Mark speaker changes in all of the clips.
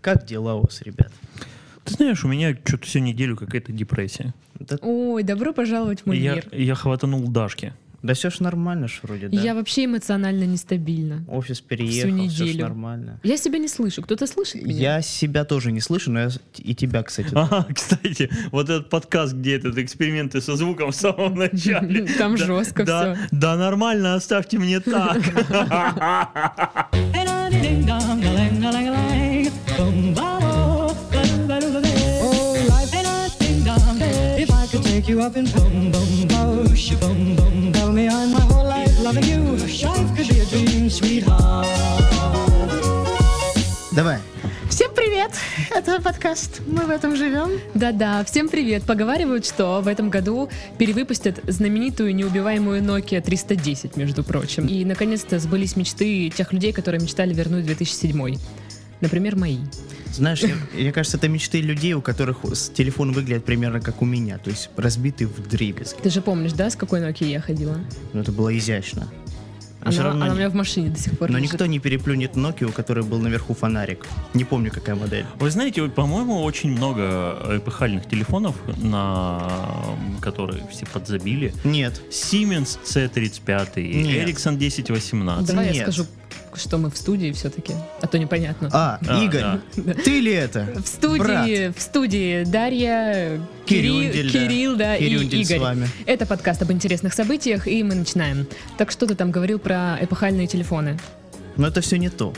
Speaker 1: Как дела у вас, ребят?
Speaker 2: Ты знаешь, у меня что-то всю неделю какая-то депрессия.
Speaker 1: Да,
Speaker 3: Ой, добро пожаловать в мой
Speaker 2: Я,
Speaker 3: мир.
Speaker 2: я хватанул Дашки.
Speaker 1: все ж нормально ж вроде, да?
Speaker 3: Я вообще эмоционально нестабильна.
Speaker 1: Офис переехал, все ж
Speaker 3: неделю.
Speaker 1: нормально.
Speaker 3: Я себя не слышу. Кто-то слышит меня?
Speaker 1: Я себя тоже не слышу, но я с- и тебя, кстати. тоже.
Speaker 2: Ага, кстати, вот этот подкаст, где этот эксперименты со звуком в самом начале.
Speaker 3: Там
Speaker 2: Да,
Speaker 3: жестко
Speaker 2: да,
Speaker 3: все.
Speaker 2: Да, нормально, оставьте мне так.
Speaker 4: Oh, life ain't a ding dong. If I could take you up in boom boom boosh, boom boom, tell me I'm my whole life loving you. Life could be a dream, sweetheart.
Speaker 1: Давай.
Speaker 3: Всем привет!
Speaker 1: Это подкаст, мы в этом живем.
Speaker 3: Да-да, всем привет! Поговаривают, что в этом году перевыпустят знаменитую неубиваемую Nokia 310, между прочим. И, наконец-то, сбылись мечты тех людей, которые мечтали вернуть 2007 Например, мои.
Speaker 1: Знаешь, я- мне кажется, это мечты людей, у которых с- телефон выглядит примерно как у меня, то есть разбитый в дребезги.
Speaker 3: Ты же помнишь, да, с какой Nokia я ходила?
Speaker 1: Но это было изящно. Но А всё
Speaker 3: Она,
Speaker 1: равно
Speaker 3: она у
Speaker 1: не-
Speaker 3: меня в машине до сих пор
Speaker 1: Но
Speaker 3: лежит.
Speaker 1: никто не переплюнет Nokia, у которой был наверху фонарик. Не помню, какая модель.
Speaker 2: Вы знаете, вот, по-моему, очень много эпохальных телефонов, на которые все подзабили.
Speaker 1: Нет.
Speaker 2: Siemens C35,
Speaker 1: Нет.
Speaker 2: Ericsson 1018.
Speaker 3: Давай
Speaker 1: Нет.
Speaker 3: я скажу, что мы в студии все-таки, а то непонятно.
Speaker 1: А,
Speaker 2: А,
Speaker 1: Игорь, ты ли это?
Speaker 3: В студии, в студии Дарья, Кирилл,
Speaker 1: Кирюндель, да.
Speaker 3: Кирилл, да,
Speaker 1: Кирюндель
Speaker 3: и
Speaker 1: с
Speaker 3: Игорь.
Speaker 1: вами.
Speaker 3: Это подкаст об интересных событиях, и мы начинаем. Так что ты там говорил про эпохальные телефоны?
Speaker 1: Но это все не то.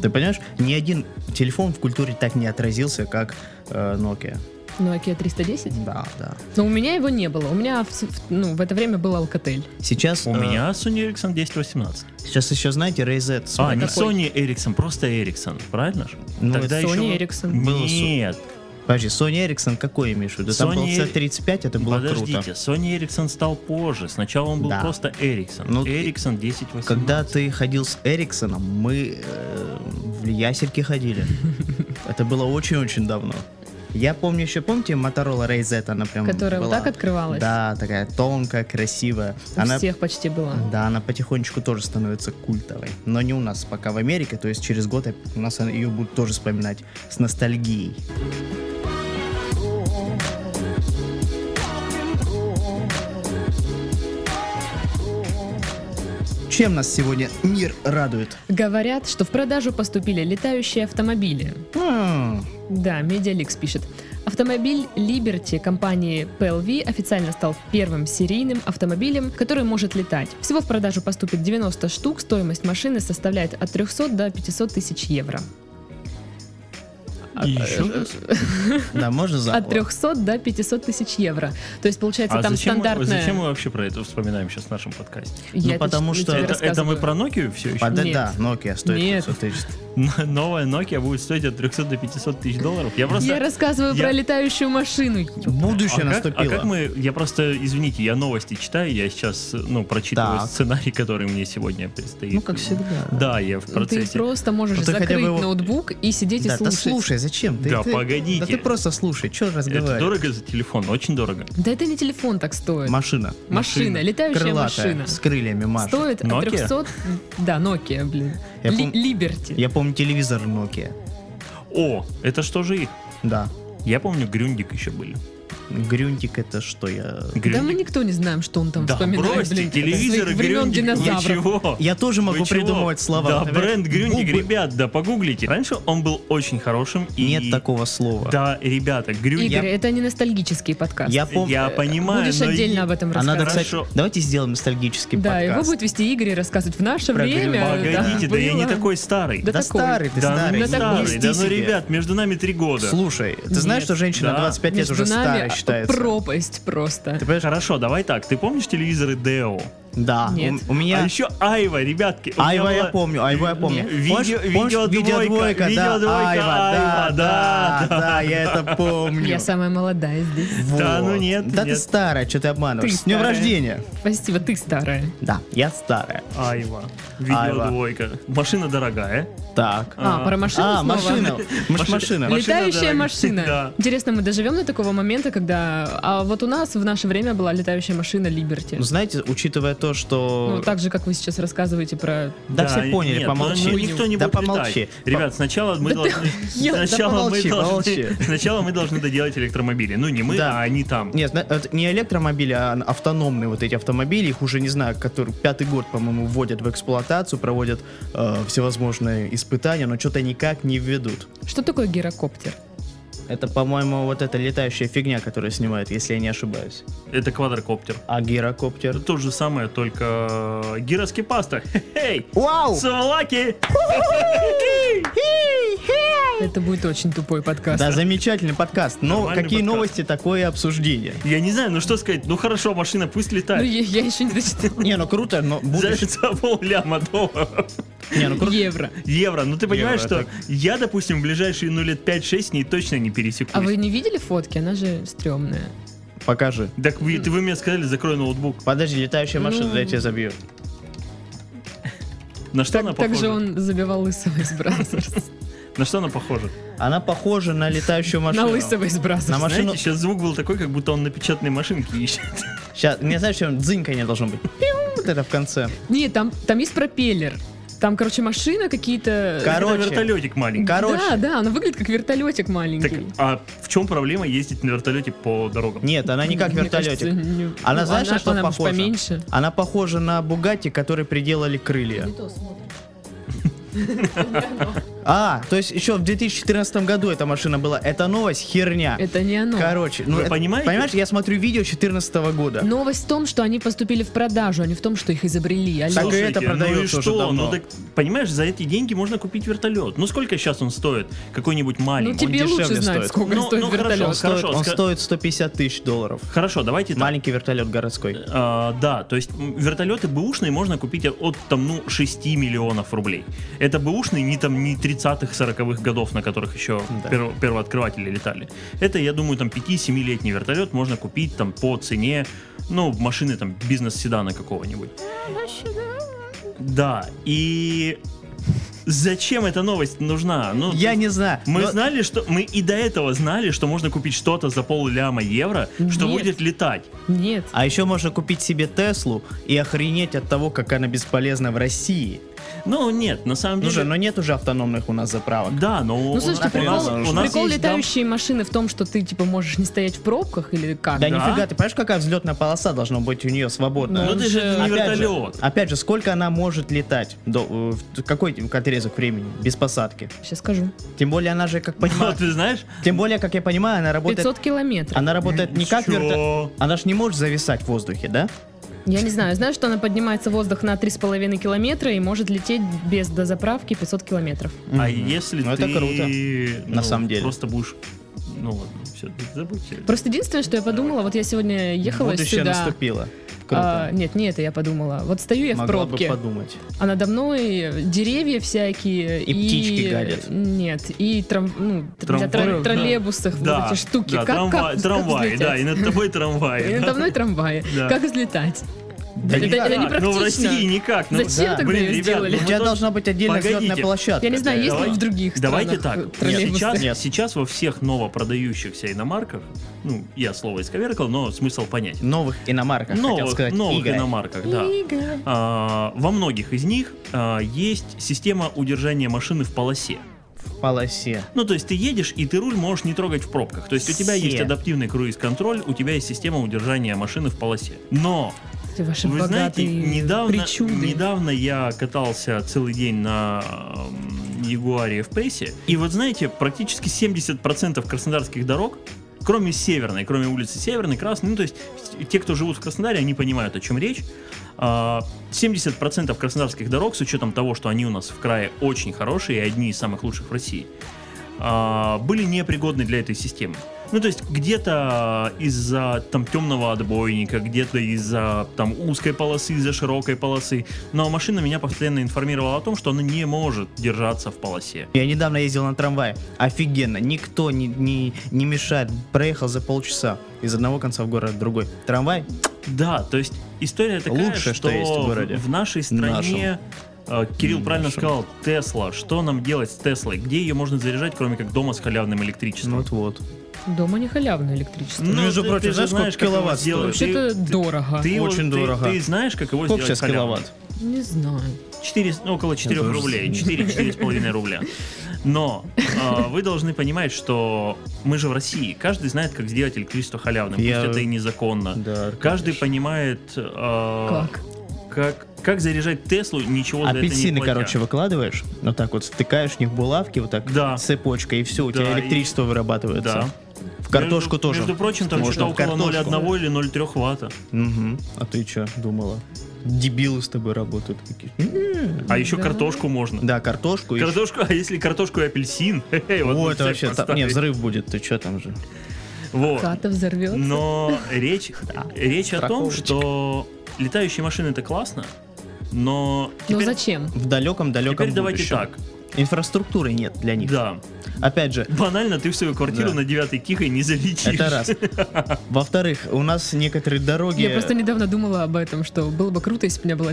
Speaker 1: Ты понимаешь, ни один телефон в культуре так не отразился, как э, Nokia.
Speaker 3: Nokia 310?
Speaker 1: Да, да.
Speaker 3: Но у меня его не было. У меня в, в- ну, в это время был Alcatel.
Speaker 1: Сейчас
Speaker 2: У
Speaker 1: э,
Speaker 2: меня Sony Ericsson 1018.
Speaker 1: Сейчас еще знаете Ray Z.
Speaker 2: А,
Speaker 1: смотри.
Speaker 2: не
Speaker 3: Какой?
Speaker 2: Sony Ericsson, просто Ericsson, правильно же?
Speaker 1: Ну, это
Speaker 3: Sony
Speaker 2: еще-
Speaker 3: Ericsson.
Speaker 1: было су-
Speaker 2: Нет,
Speaker 1: Подожди, Sony Ericsson какой имеешь в виду? Там был
Speaker 2: Sony-
Speaker 1: C35, это было
Speaker 2: подождите,
Speaker 1: круто.
Speaker 2: Sony Ericsson стал позже. Сначала он был
Speaker 1: Да.
Speaker 2: просто Ericsson.
Speaker 1: Ну,
Speaker 2: Ericsson 1018.
Speaker 1: Когда ты ходил с Эриксоном, мы э, в ясельке ходили. Это было очень-очень давно. Я помню еще, помните, Motorola Ray Z, она прям
Speaker 3: Которая вот
Speaker 1: была-
Speaker 3: так открывалась?
Speaker 1: Да, такая тонкая, красивая.
Speaker 3: У
Speaker 1: она
Speaker 3: всех почти была.
Speaker 1: Да, она потихонечку тоже становится культовой. Но не у нас пока в Америке, то есть через год у нас ее будут тоже вспоминать с ностальгией. Чем нас сегодня мир радует?
Speaker 3: Говорят, что в продажу поступили летающие автомобили.
Speaker 1: М,
Speaker 3: Да, Медиаликс пишет. Автомобиль Liberty компании PLV официально стал первым серийным автомобилем, который может летать. Всего в продажу поступит 90 штук, стоимость машины составляет от 300 до 500 тысяч евро.
Speaker 2: И еще раз?
Speaker 1: Да, можно за...
Speaker 3: От 300 до 500 тысяч евро. То есть, получается,
Speaker 2: А
Speaker 3: там
Speaker 2: зачем, мы,
Speaker 3: стандартная...
Speaker 2: зачем мы вообще про это вспоминаем сейчас в нашем подкасте?
Speaker 3: Я
Speaker 1: Ну, потому
Speaker 3: тебе
Speaker 1: что
Speaker 2: Это, это мы
Speaker 3: рассказываю.
Speaker 2: про Nokia все еще?
Speaker 1: Пода-
Speaker 3: Нет.
Speaker 1: Да, Nokia стоит
Speaker 3: Нет.
Speaker 1: 500 тысяч.
Speaker 2: Новая Nokia будет стоить от 300 до 500 тысяч долларов. Я просто...
Speaker 3: Я рассказываю
Speaker 2: Я-
Speaker 3: про летающую машину. ну
Speaker 1: Будущее
Speaker 2: а как,
Speaker 1: наступило.
Speaker 2: а как мы... Я просто, извините, я новости читаю, я сейчас, ну, прочитываю
Speaker 1: Так.
Speaker 2: сценарий, который мне сегодня предстоит.
Speaker 1: Ну, как всегда.
Speaker 2: Да, я в процессе.
Speaker 3: Ты просто можешь
Speaker 1: Ну, ты хотя бы
Speaker 3: закрыть
Speaker 1: его-
Speaker 3: ноутбук и сидеть
Speaker 1: Да,
Speaker 3: и
Speaker 1: да
Speaker 3: слушать.
Speaker 1: слушай, зачем? Ты-
Speaker 2: Да
Speaker 1: ты-
Speaker 2: погодите.
Speaker 1: Да ты просто слушай, что
Speaker 2: Это
Speaker 1: разговариваешь?
Speaker 2: дорого за телефон, очень дорого.
Speaker 3: Да это не телефон так стоит.
Speaker 1: Машина.
Speaker 3: Машина, летающая
Speaker 1: Крылатая,
Speaker 3: машина.
Speaker 1: С крыльями машет.
Speaker 3: Стоит от
Speaker 2: Nokia?
Speaker 3: 300... Да, Nokia, блин.
Speaker 1: Я
Speaker 3: Ли-
Speaker 1: пом-
Speaker 3: Liberty.
Speaker 1: Я помню телевизор Nokia.
Speaker 2: О, это что же их?
Speaker 1: Да.
Speaker 2: Я помню, Грюндик еще были.
Speaker 1: Грюнтик это что я...
Speaker 3: Да
Speaker 2: Грюндик.
Speaker 3: мы никто не знаем, что он там
Speaker 2: Да
Speaker 3: вспоминает.
Speaker 2: бросьте,
Speaker 3: блин,
Speaker 2: телевизор и
Speaker 3: своих времен
Speaker 2: Грюндик, вы
Speaker 3: динозавров.
Speaker 2: чего?
Speaker 1: Я тоже могу
Speaker 2: Вы чего?
Speaker 1: придумывать слова.
Speaker 2: Да,
Speaker 1: Например,
Speaker 2: бренд Грюндик,
Speaker 1: губы.
Speaker 2: ребят, да погуглите. Раньше он был очень хорошим и...
Speaker 1: Нет такого слова.
Speaker 2: Да, ребята, Грюндик...
Speaker 3: Игорь, это не ностальгический подкаст.
Speaker 1: Я помню.
Speaker 2: Я понимаю,
Speaker 3: Будешь
Speaker 2: но
Speaker 3: отдельно об этом
Speaker 1: А надо,
Speaker 3: рассказывать.
Speaker 1: кстати,
Speaker 2: Хорошо.
Speaker 1: давайте сделаем ностальгический
Speaker 3: да,
Speaker 1: подкаст.
Speaker 3: его будет вести Игорь и рассказывать в наше
Speaker 1: Про
Speaker 3: время.
Speaker 1: Грюндик.
Speaker 3: да,
Speaker 2: Погодите, да, я не
Speaker 3: было.
Speaker 2: такой старый.
Speaker 1: Да,
Speaker 3: Да такой.
Speaker 1: старый ты,
Speaker 2: Да,
Speaker 1: старый. не
Speaker 2: ну,
Speaker 3: Да
Speaker 2: старый,
Speaker 1: льсти
Speaker 2: да, ну,
Speaker 1: себе.
Speaker 2: ребят, между нами три года.
Speaker 1: Слушай, ты знаешь,
Speaker 3: Нет.
Speaker 1: что женщина
Speaker 2: Да.
Speaker 1: 25 лет
Speaker 3: Между
Speaker 1: уже
Speaker 3: нами
Speaker 1: старая считается?
Speaker 3: пропасть просто.
Speaker 1: Ты понимаешь?
Speaker 2: Хорошо, давай так, ты помнишь телевизоры Део?
Speaker 1: Да. у-
Speaker 3: Нет.
Speaker 1: У, меня...
Speaker 2: А еще Айва, ребятки. у меня
Speaker 1: Айва я
Speaker 2: была-
Speaker 1: помню, Айва я помню.
Speaker 3: Нет.
Speaker 2: Видео-
Speaker 1: Помнишь-
Speaker 2: видеодвойка,
Speaker 1: помнишь видеодвойка, да,
Speaker 2: видеодвойка,
Speaker 1: Айва, да,
Speaker 2: Айва,
Speaker 1: да,
Speaker 2: да,
Speaker 1: да, я это помню.
Speaker 3: Я самая молодая здесь.
Speaker 2: Да,
Speaker 1: Вот.
Speaker 2: ну нет,
Speaker 1: Да
Speaker 2: нет.
Speaker 1: ты старая, что ты обманываешь.
Speaker 3: Ты
Speaker 1: С днем
Speaker 3: старая.
Speaker 1: рождения.
Speaker 3: Спасибо, ты старая.
Speaker 1: Да, я старая.
Speaker 2: Айва.
Speaker 1: Айва.
Speaker 2: Видеодвойка. Машина дорогая.
Speaker 1: Так.
Speaker 3: А,
Speaker 2: А.
Speaker 3: про машину
Speaker 1: а,
Speaker 3: снова?
Speaker 1: машина. Маш- Машина.
Speaker 2: Машина
Speaker 3: Летающая
Speaker 2: дорогая.
Speaker 3: машина.
Speaker 2: Да.
Speaker 3: Интересно, мы доживем до такого момента, когда... А вот у нас в наше время была летающая машина Liberty.
Speaker 1: Ну, Знаете, учитывая то, что...
Speaker 3: Ну, так же, как вы сейчас рассказываете про...
Speaker 1: Да все поняли,
Speaker 2: нет,
Speaker 1: помолчи.
Speaker 2: ну, никто не
Speaker 1: Да
Speaker 2: будет
Speaker 1: помолчи.
Speaker 2: летать. Ребят, сначала мы
Speaker 3: Да ты
Speaker 2: должны...
Speaker 3: охуел, да
Speaker 2: Сначала мы
Speaker 1: помолчи,
Speaker 2: должны...
Speaker 1: помолчи.
Speaker 2: Сначала мы должны доделать электромобили. Ну, не мы,
Speaker 1: Да.
Speaker 2: а они там.
Speaker 1: Нет, на- это не электромобили, а автономные вот эти автомобили, их уже не знаю, которые пятый год, по-моему, вводят в эксплуатацию, проводят э, всевозможные испытания, но что-то никак не введут.
Speaker 3: Что такое гирокоптер?
Speaker 1: Это, по-моему, вот эта летающая фигня, которая снимает, если я не ошибаюсь.
Speaker 2: Это квадрокоптер.
Speaker 1: А гирокоптер?
Speaker 2: То же самое, только гироски паста. Хей!
Speaker 1: Вау!
Speaker 2: Сувалаки!
Speaker 3: Это будет очень тупой подкаст.
Speaker 1: Да, замечательный подкаст. Но
Speaker 2: Нормальный
Speaker 1: какие
Speaker 2: подкаст.
Speaker 1: новости, такое и обсуждение.
Speaker 2: Я не знаю, ну что сказать. Ну хорошо, машина пусть
Speaker 3: Ну,
Speaker 2: летает.
Speaker 3: я, еще не дочитала.
Speaker 1: Не, ну круто, но
Speaker 2: За
Speaker 1: будешь...
Speaker 2: за полляма долларов.
Speaker 1: Не, ну круто.
Speaker 3: Евро.
Speaker 2: Евро. Ну ты понимаешь,
Speaker 1: Евро,
Speaker 2: что я, допустим, в ближайшие ну лет 5-6 с ней точно не пересекусь.
Speaker 3: А вы не видели фотки? Она же стрёмная.
Speaker 1: Покажи.
Speaker 2: Так вы, ты- вы мне сказали, закрой ноутбук.
Speaker 1: Подожди, летающая машина,
Speaker 3: Ну.
Speaker 1: да я тебя забью.
Speaker 2: На что она
Speaker 3: Так, так
Speaker 2: похожа?
Speaker 3: же он забивал лысого из Бразерс.
Speaker 2: На что она похожа?
Speaker 1: Она похожа на летающую
Speaker 3: На
Speaker 1: машину.
Speaker 3: лысого из
Speaker 1: На
Speaker 3: Бразерс.
Speaker 1: ма- Машину-
Speaker 2: Знаете, сейчас звук был такой, как будто он на печатной машинке ищет.
Speaker 1: Сейчас, не знаешь, чем дзынька не должно быть. Пиу, Вот это в конце.
Speaker 3: Не, там, там есть пропеллер. Там, короче, машина какие-то...
Speaker 1: Кор- Короче.
Speaker 2: Это вертолетик маленький.
Speaker 1: Короче.
Speaker 3: Да, да, она выглядит как вертолетик
Speaker 2: Так,
Speaker 3: маленький.
Speaker 2: а в чем проблема ездить на вертолете по дорогам?
Speaker 1: Нет, она не как
Speaker 3: Мне
Speaker 1: вертолетик.
Speaker 3: кажется, не-
Speaker 1: Она
Speaker 3: ну,
Speaker 1: знаешь, на что
Speaker 3: она, может,
Speaker 1: похожа?
Speaker 3: поменьше.
Speaker 1: Она похожа на Бугатти, которые приделали крылья. А, то есть еще в 2014 году эта машина была. Это новость, херня.
Speaker 3: Это не оно.
Speaker 1: Короче, ну
Speaker 2: Вы
Speaker 1: это-
Speaker 2: понимаете?
Speaker 1: Понимаешь, я смотрю видео 14 года.
Speaker 3: Новость в том, что они поступили в продажу, а не в том, что их изобрели. Алло.
Speaker 1: Так и это
Speaker 2: ну и
Speaker 1: продается
Speaker 2: что?
Speaker 1: уже давно.
Speaker 2: Ну так, понимаешь, за эти деньги можно купить вертолет. Ну сколько сейчас он стоит? Какой-нибудь
Speaker 3: ну
Speaker 2: маленький.
Speaker 3: тебе лучше
Speaker 1: дешевле
Speaker 3: знать,
Speaker 1: стоит.
Speaker 3: сколько
Speaker 2: Ну,
Speaker 3: стоит
Speaker 2: ну, хорошо,
Speaker 3: вертолет.
Speaker 1: Он,
Speaker 2: хорошо,
Speaker 1: стоит, он
Speaker 2: ска-
Speaker 1: стоит 150 тысяч долларов.
Speaker 2: Хорошо, давайте так.
Speaker 1: Маленький вертолет городской.
Speaker 2: А, да, то есть м, вертолеты бэушные можно купить от, от, там, ну, 6 миллионов рублей. Это бэушные не там не 30-х, 40-х годов, на которых еще
Speaker 1: Ну Да.
Speaker 2: перво- первооткрыватели летали. Это, я думаю, там 5-7-летний вертолет можно купить там по цене, ну, машины там бизнес-седана какого-нибудь. Да, и зачем эта новость нужна? Ну,
Speaker 1: Я не знаю.
Speaker 2: мы
Speaker 1: но-
Speaker 2: знали, что мы и до этого знали, что можно купить что-то за полляма евро, что
Speaker 3: Нет.
Speaker 2: будет летать.
Speaker 3: Нет.
Speaker 1: А еще можно купить себе Теслу и охренеть от того, как она бесполезна в России.
Speaker 2: Ну нет, на самом
Speaker 1: Ну
Speaker 2: деле.
Speaker 1: же, но нет уже автономных у нас заправок.
Speaker 2: Да, но у
Speaker 3: Ну, слушайте,
Speaker 2: нас- у нас,
Speaker 3: прикол,
Speaker 2: у нас
Speaker 3: прикол
Speaker 2: есть, да,
Speaker 3: летающей машины в том, что ты, типа, можешь не стоять в пробках или как?
Speaker 1: Да
Speaker 2: Да.
Speaker 1: нифига, ты понимаешь, какая взлетная полоса должна быть у нее свободная?
Speaker 2: Ну,
Speaker 3: он
Speaker 2: ты же не
Speaker 1: опять, же,
Speaker 2: вертолет.
Speaker 1: опять же, сколько она может летать? До, э, в какой отрезок времени? Без посадки.
Speaker 3: Сейчас скажу.
Speaker 1: Тем более она же, как понимаю,
Speaker 3: Ну,
Speaker 2: Вот ты знаешь?
Speaker 1: тем более, как я понимаю, она работает...
Speaker 3: 500 километров.
Speaker 1: Она работает не как
Speaker 2: Чё?
Speaker 1: вертолет. Она же не может зависать в воздухе, да?
Speaker 3: Я не знаю, знаю, что она поднимается в воздух на 3,5 километра и может лететь без дозаправки 500 километров.
Speaker 2: А
Speaker 1: Мгм.
Speaker 2: если
Speaker 1: Ну,
Speaker 2: ты...
Speaker 1: это круто,
Speaker 2: ну,
Speaker 1: на самом деле.
Speaker 2: Просто будешь... Ну ладно, все, забудьте.
Speaker 3: Просто единственное, что я подумала, вот я сегодня ехала
Speaker 1: Будущее
Speaker 3: сюда.
Speaker 1: наступило.
Speaker 3: А,
Speaker 1: Круто.
Speaker 3: нет, не это я подумала. Вот стою я
Speaker 1: Могла
Speaker 3: в
Speaker 1: бы
Speaker 3: пробке,
Speaker 1: подумать.
Speaker 3: а надо мной деревья всякие
Speaker 1: И птички гадят.
Speaker 3: Нет, и трам- ну, тр-
Speaker 2: Трамваи,
Speaker 3: для трол-
Speaker 2: да.
Speaker 3: троллейбусах вот
Speaker 2: да,
Speaker 3: эти штуки.
Speaker 2: да,
Speaker 3: как,
Speaker 2: трамвай,
Speaker 3: как-
Speaker 2: трамвай,
Speaker 3: как
Speaker 2: да, и
Speaker 3: взлететь?
Speaker 2: над тобой трамвай.
Speaker 3: И надо мной трамваи.
Speaker 2: Да.
Speaker 3: Как взлетать?
Speaker 1: Да
Speaker 3: это-
Speaker 1: никак.
Speaker 3: это не
Speaker 2: Ну в
Speaker 3: практично.
Speaker 2: России никак. Ну,
Speaker 3: Зачем
Speaker 1: да.
Speaker 3: тогда
Speaker 2: Блин,
Speaker 3: её
Speaker 2: ребят,
Speaker 3: сделали?
Speaker 2: ну
Speaker 1: У тебя
Speaker 2: тут-
Speaker 1: должна быть отдельная взлетная
Speaker 2: Погодите.
Speaker 1: площадка.
Speaker 3: Я не знаю, есть ли
Speaker 2: Давай-
Speaker 3: в других
Speaker 2: Давайте
Speaker 3: странах
Speaker 2: так.
Speaker 3: э, троллейбусы?
Speaker 2: Сейчас,
Speaker 1: Нет.
Speaker 2: сейчас во всех новопродающихся иномарках, ну, я слово исковеркал, но смысл понятен.
Speaker 1: Новых иномарках, хотел
Speaker 2: Новых,
Speaker 1: сказать.
Speaker 2: новых
Speaker 1: Игорь.
Speaker 2: иномарках, да.
Speaker 3: Игорь.
Speaker 2: А, во многих из них а, есть система удержания машины в полосе.
Speaker 1: В полосе.
Speaker 2: Ну, то есть ты едешь, и ты руль можешь не трогать в пробках. То есть у тебя
Speaker 1: Все.
Speaker 2: есть адаптивный круиз-контроль, у тебя есть система удержания машины в полосе. Но,
Speaker 3: Эти Ваши
Speaker 2: вы знаете,
Speaker 3: богатые
Speaker 2: недавно,
Speaker 3: причуды.
Speaker 2: недавно я катался целый день на эм, Ягуаре F-Pace, и вот знаете, практически 70% краснодарских дорог кроме северной, кроме улицы Северной, Красной, ну то есть с- те, кто живут в Краснодаре, они понимают, о чем речь. А, 70% краснодарских дорог, с учетом того, что они у нас в крае очень хорошие и одни из самых лучших в России, а, были непригодны для этой системы. Ну, то есть где-то из-за там темного отбойника, где-то из-за там узкой полосы, из-за широкой полосы. Но машина меня постоянно информировала о том, что она не может держаться в полосе.
Speaker 1: Я недавно ездил на трамвае. Офигенно. Никто не, не, не мешает. Проехал за полчаса из одного конца в город в другой. Трамвай?
Speaker 2: Да, то есть история такая,
Speaker 1: Лучшее, что есть в городе.
Speaker 2: в нашей стране Э, Кирилл
Speaker 1: М,
Speaker 2: правильно
Speaker 1: хорошо.
Speaker 2: сказал, Тесла. Что нам делать с Теслой? Где ее можно заряжать, кроме как дома с халявным
Speaker 1: Ну
Speaker 2: электричеством?
Speaker 1: вот вот.
Speaker 3: Дома не халявное электричество.
Speaker 1: Ну, между
Speaker 2: ты-
Speaker 1: прочим,
Speaker 2: ты же
Speaker 1: знаешь, сколько
Speaker 2: как его
Speaker 1: киловатт
Speaker 2: сделать?
Speaker 3: стоит? Вообще-то
Speaker 2: Ты- ты-
Speaker 3: дорого.
Speaker 2: ты его-
Speaker 1: Очень
Speaker 2: ты-
Speaker 1: дорого.
Speaker 2: Ты знаешь, как его
Speaker 1: Сколько
Speaker 2: сделать
Speaker 1: сейчас
Speaker 2: халявным?
Speaker 1: киловатт?
Speaker 3: Не знаю.
Speaker 2: 4, ну, около 4
Speaker 1: тоже
Speaker 2: рублей,
Speaker 1: не
Speaker 2: 4-4,5 рубля. Но э, вы должны понимать, что мы же в России, каждый знает, как сделать электричество халявным,
Speaker 1: Я-
Speaker 2: пусть это и незаконно.
Speaker 1: Да,
Speaker 2: Каждый
Speaker 1: конечно.
Speaker 2: понимает, э,
Speaker 3: Как?
Speaker 2: как, как заряжать Теслу, ничего за это не
Speaker 1: Апельсины,
Speaker 2: платя.
Speaker 1: короче, выкладываешь, вот так вот втыкаешь в них булавки, вот так
Speaker 2: Да.
Speaker 1: цепочкой, и все, у
Speaker 2: Да,
Speaker 1: тебя
Speaker 2: и-
Speaker 1: электричество
Speaker 2: Да.
Speaker 1: вырабатывается. В картошку
Speaker 2: между,
Speaker 1: тоже.
Speaker 2: Между прочим, там
Speaker 1: Можно
Speaker 2: что-то
Speaker 1: в
Speaker 2: около
Speaker 1: картошку.
Speaker 2: 0,1 или 0,3 ватта.
Speaker 1: Мгм. А ты что думала? Дебилы с тобой работают какие
Speaker 2: А еще
Speaker 3: Да.
Speaker 2: картошку можно.
Speaker 1: Да, картошку. и ещё-
Speaker 2: Картошку, а если картошку и апельсин? Хе-хе, в одну
Speaker 1: О, это
Speaker 2: цепь
Speaker 1: вообще... та-
Speaker 2: поставить.
Speaker 1: Не, взрыв будет, ты что там же?
Speaker 2: Вот.
Speaker 3: Хата взорвет.
Speaker 2: Но речь, речь о том,
Speaker 1: страховочка.
Speaker 2: что летающие машины это классно, но
Speaker 3: Но
Speaker 2: теперь,
Speaker 3: Ну, зачем?
Speaker 1: В далеком-далеком
Speaker 2: теперь давайте
Speaker 1: будущем.
Speaker 2: так.
Speaker 1: Инфраструктуры нет для них.
Speaker 2: Да.
Speaker 1: Опять же,
Speaker 2: Банально ты в свою квартиру
Speaker 1: Да.
Speaker 2: на девятой кихой не залетишь.
Speaker 1: это раз. Во-вторых, у нас некоторые дороги...
Speaker 3: Я просто недавно думала об этом, что было бы круто, если бы у меня была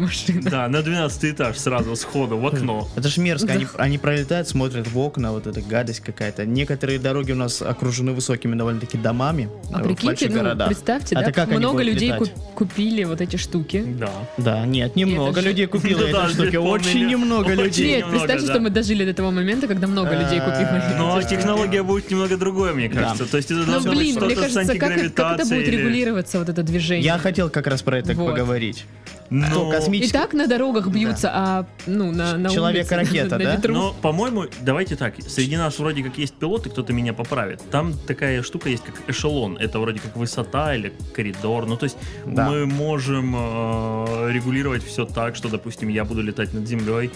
Speaker 3: машина.
Speaker 2: Да, на 12 этаж сразу сходу в окно.
Speaker 1: Это ж мерзко, они, они пролетают, смотрят в окна, вот эта гадость какая-то. Некоторые дороги у нас окружены высокими довольно-таки домами э,
Speaker 3: А
Speaker 1: в
Speaker 3: прикиньте,
Speaker 1: больших
Speaker 3: ну,
Speaker 1: городах.
Speaker 3: представьте,
Speaker 1: А
Speaker 3: да,
Speaker 1: то как они
Speaker 3: много
Speaker 1: будут
Speaker 3: людей
Speaker 1: летать?
Speaker 3: куп- купили вот эти штуки.
Speaker 2: Да.
Speaker 1: Да, нет, немного
Speaker 3: Это же-
Speaker 1: людей купило
Speaker 2: Да,
Speaker 1: эти штуки,
Speaker 2: же помнили.
Speaker 1: очень немного
Speaker 2: Очень
Speaker 1: людей.
Speaker 3: Нет,
Speaker 2: немного,
Speaker 3: представьте,
Speaker 2: да.
Speaker 3: что мы дожили до того момента, когда много людей купили.
Speaker 2: Ну
Speaker 1: Да.
Speaker 2: а технология будет немного другой, мне кажется. То есть это
Speaker 3: Ну,
Speaker 2: должно быть
Speaker 3: блин, мне
Speaker 2: что-то с
Speaker 3: кажется, как, это- как это
Speaker 2: антигравитацией.
Speaker 3: будет
Speaker 2: или-
Speaker 3: регулироваться вот это движение?
Speaker 1: Я хотел как раз про это
Speaker 3: Вот.
Speaker 1: поговорить. Кто
Speaker 2: Но-
Speaker 3: И
Speaker 1: космический?
Speaker 3: так на дорогах бьются, а ну на, на
Speaker 1: Человек-ракета,
Speaker 3: улице, на
Speaker 1: да?
Speaker 3: ветру.
Speaker 2: Но, по-моему, давайте так. Среди нас вроде как есть пилоты, кто-то меня поправит. Там такая штука есть, как эшелон. Это вроде как высота или коридор. Ну, то есть
Speaker 1: Да.
Speaker 2: мы можем э, регулировать все так, что, допустим, я буду летать над землей,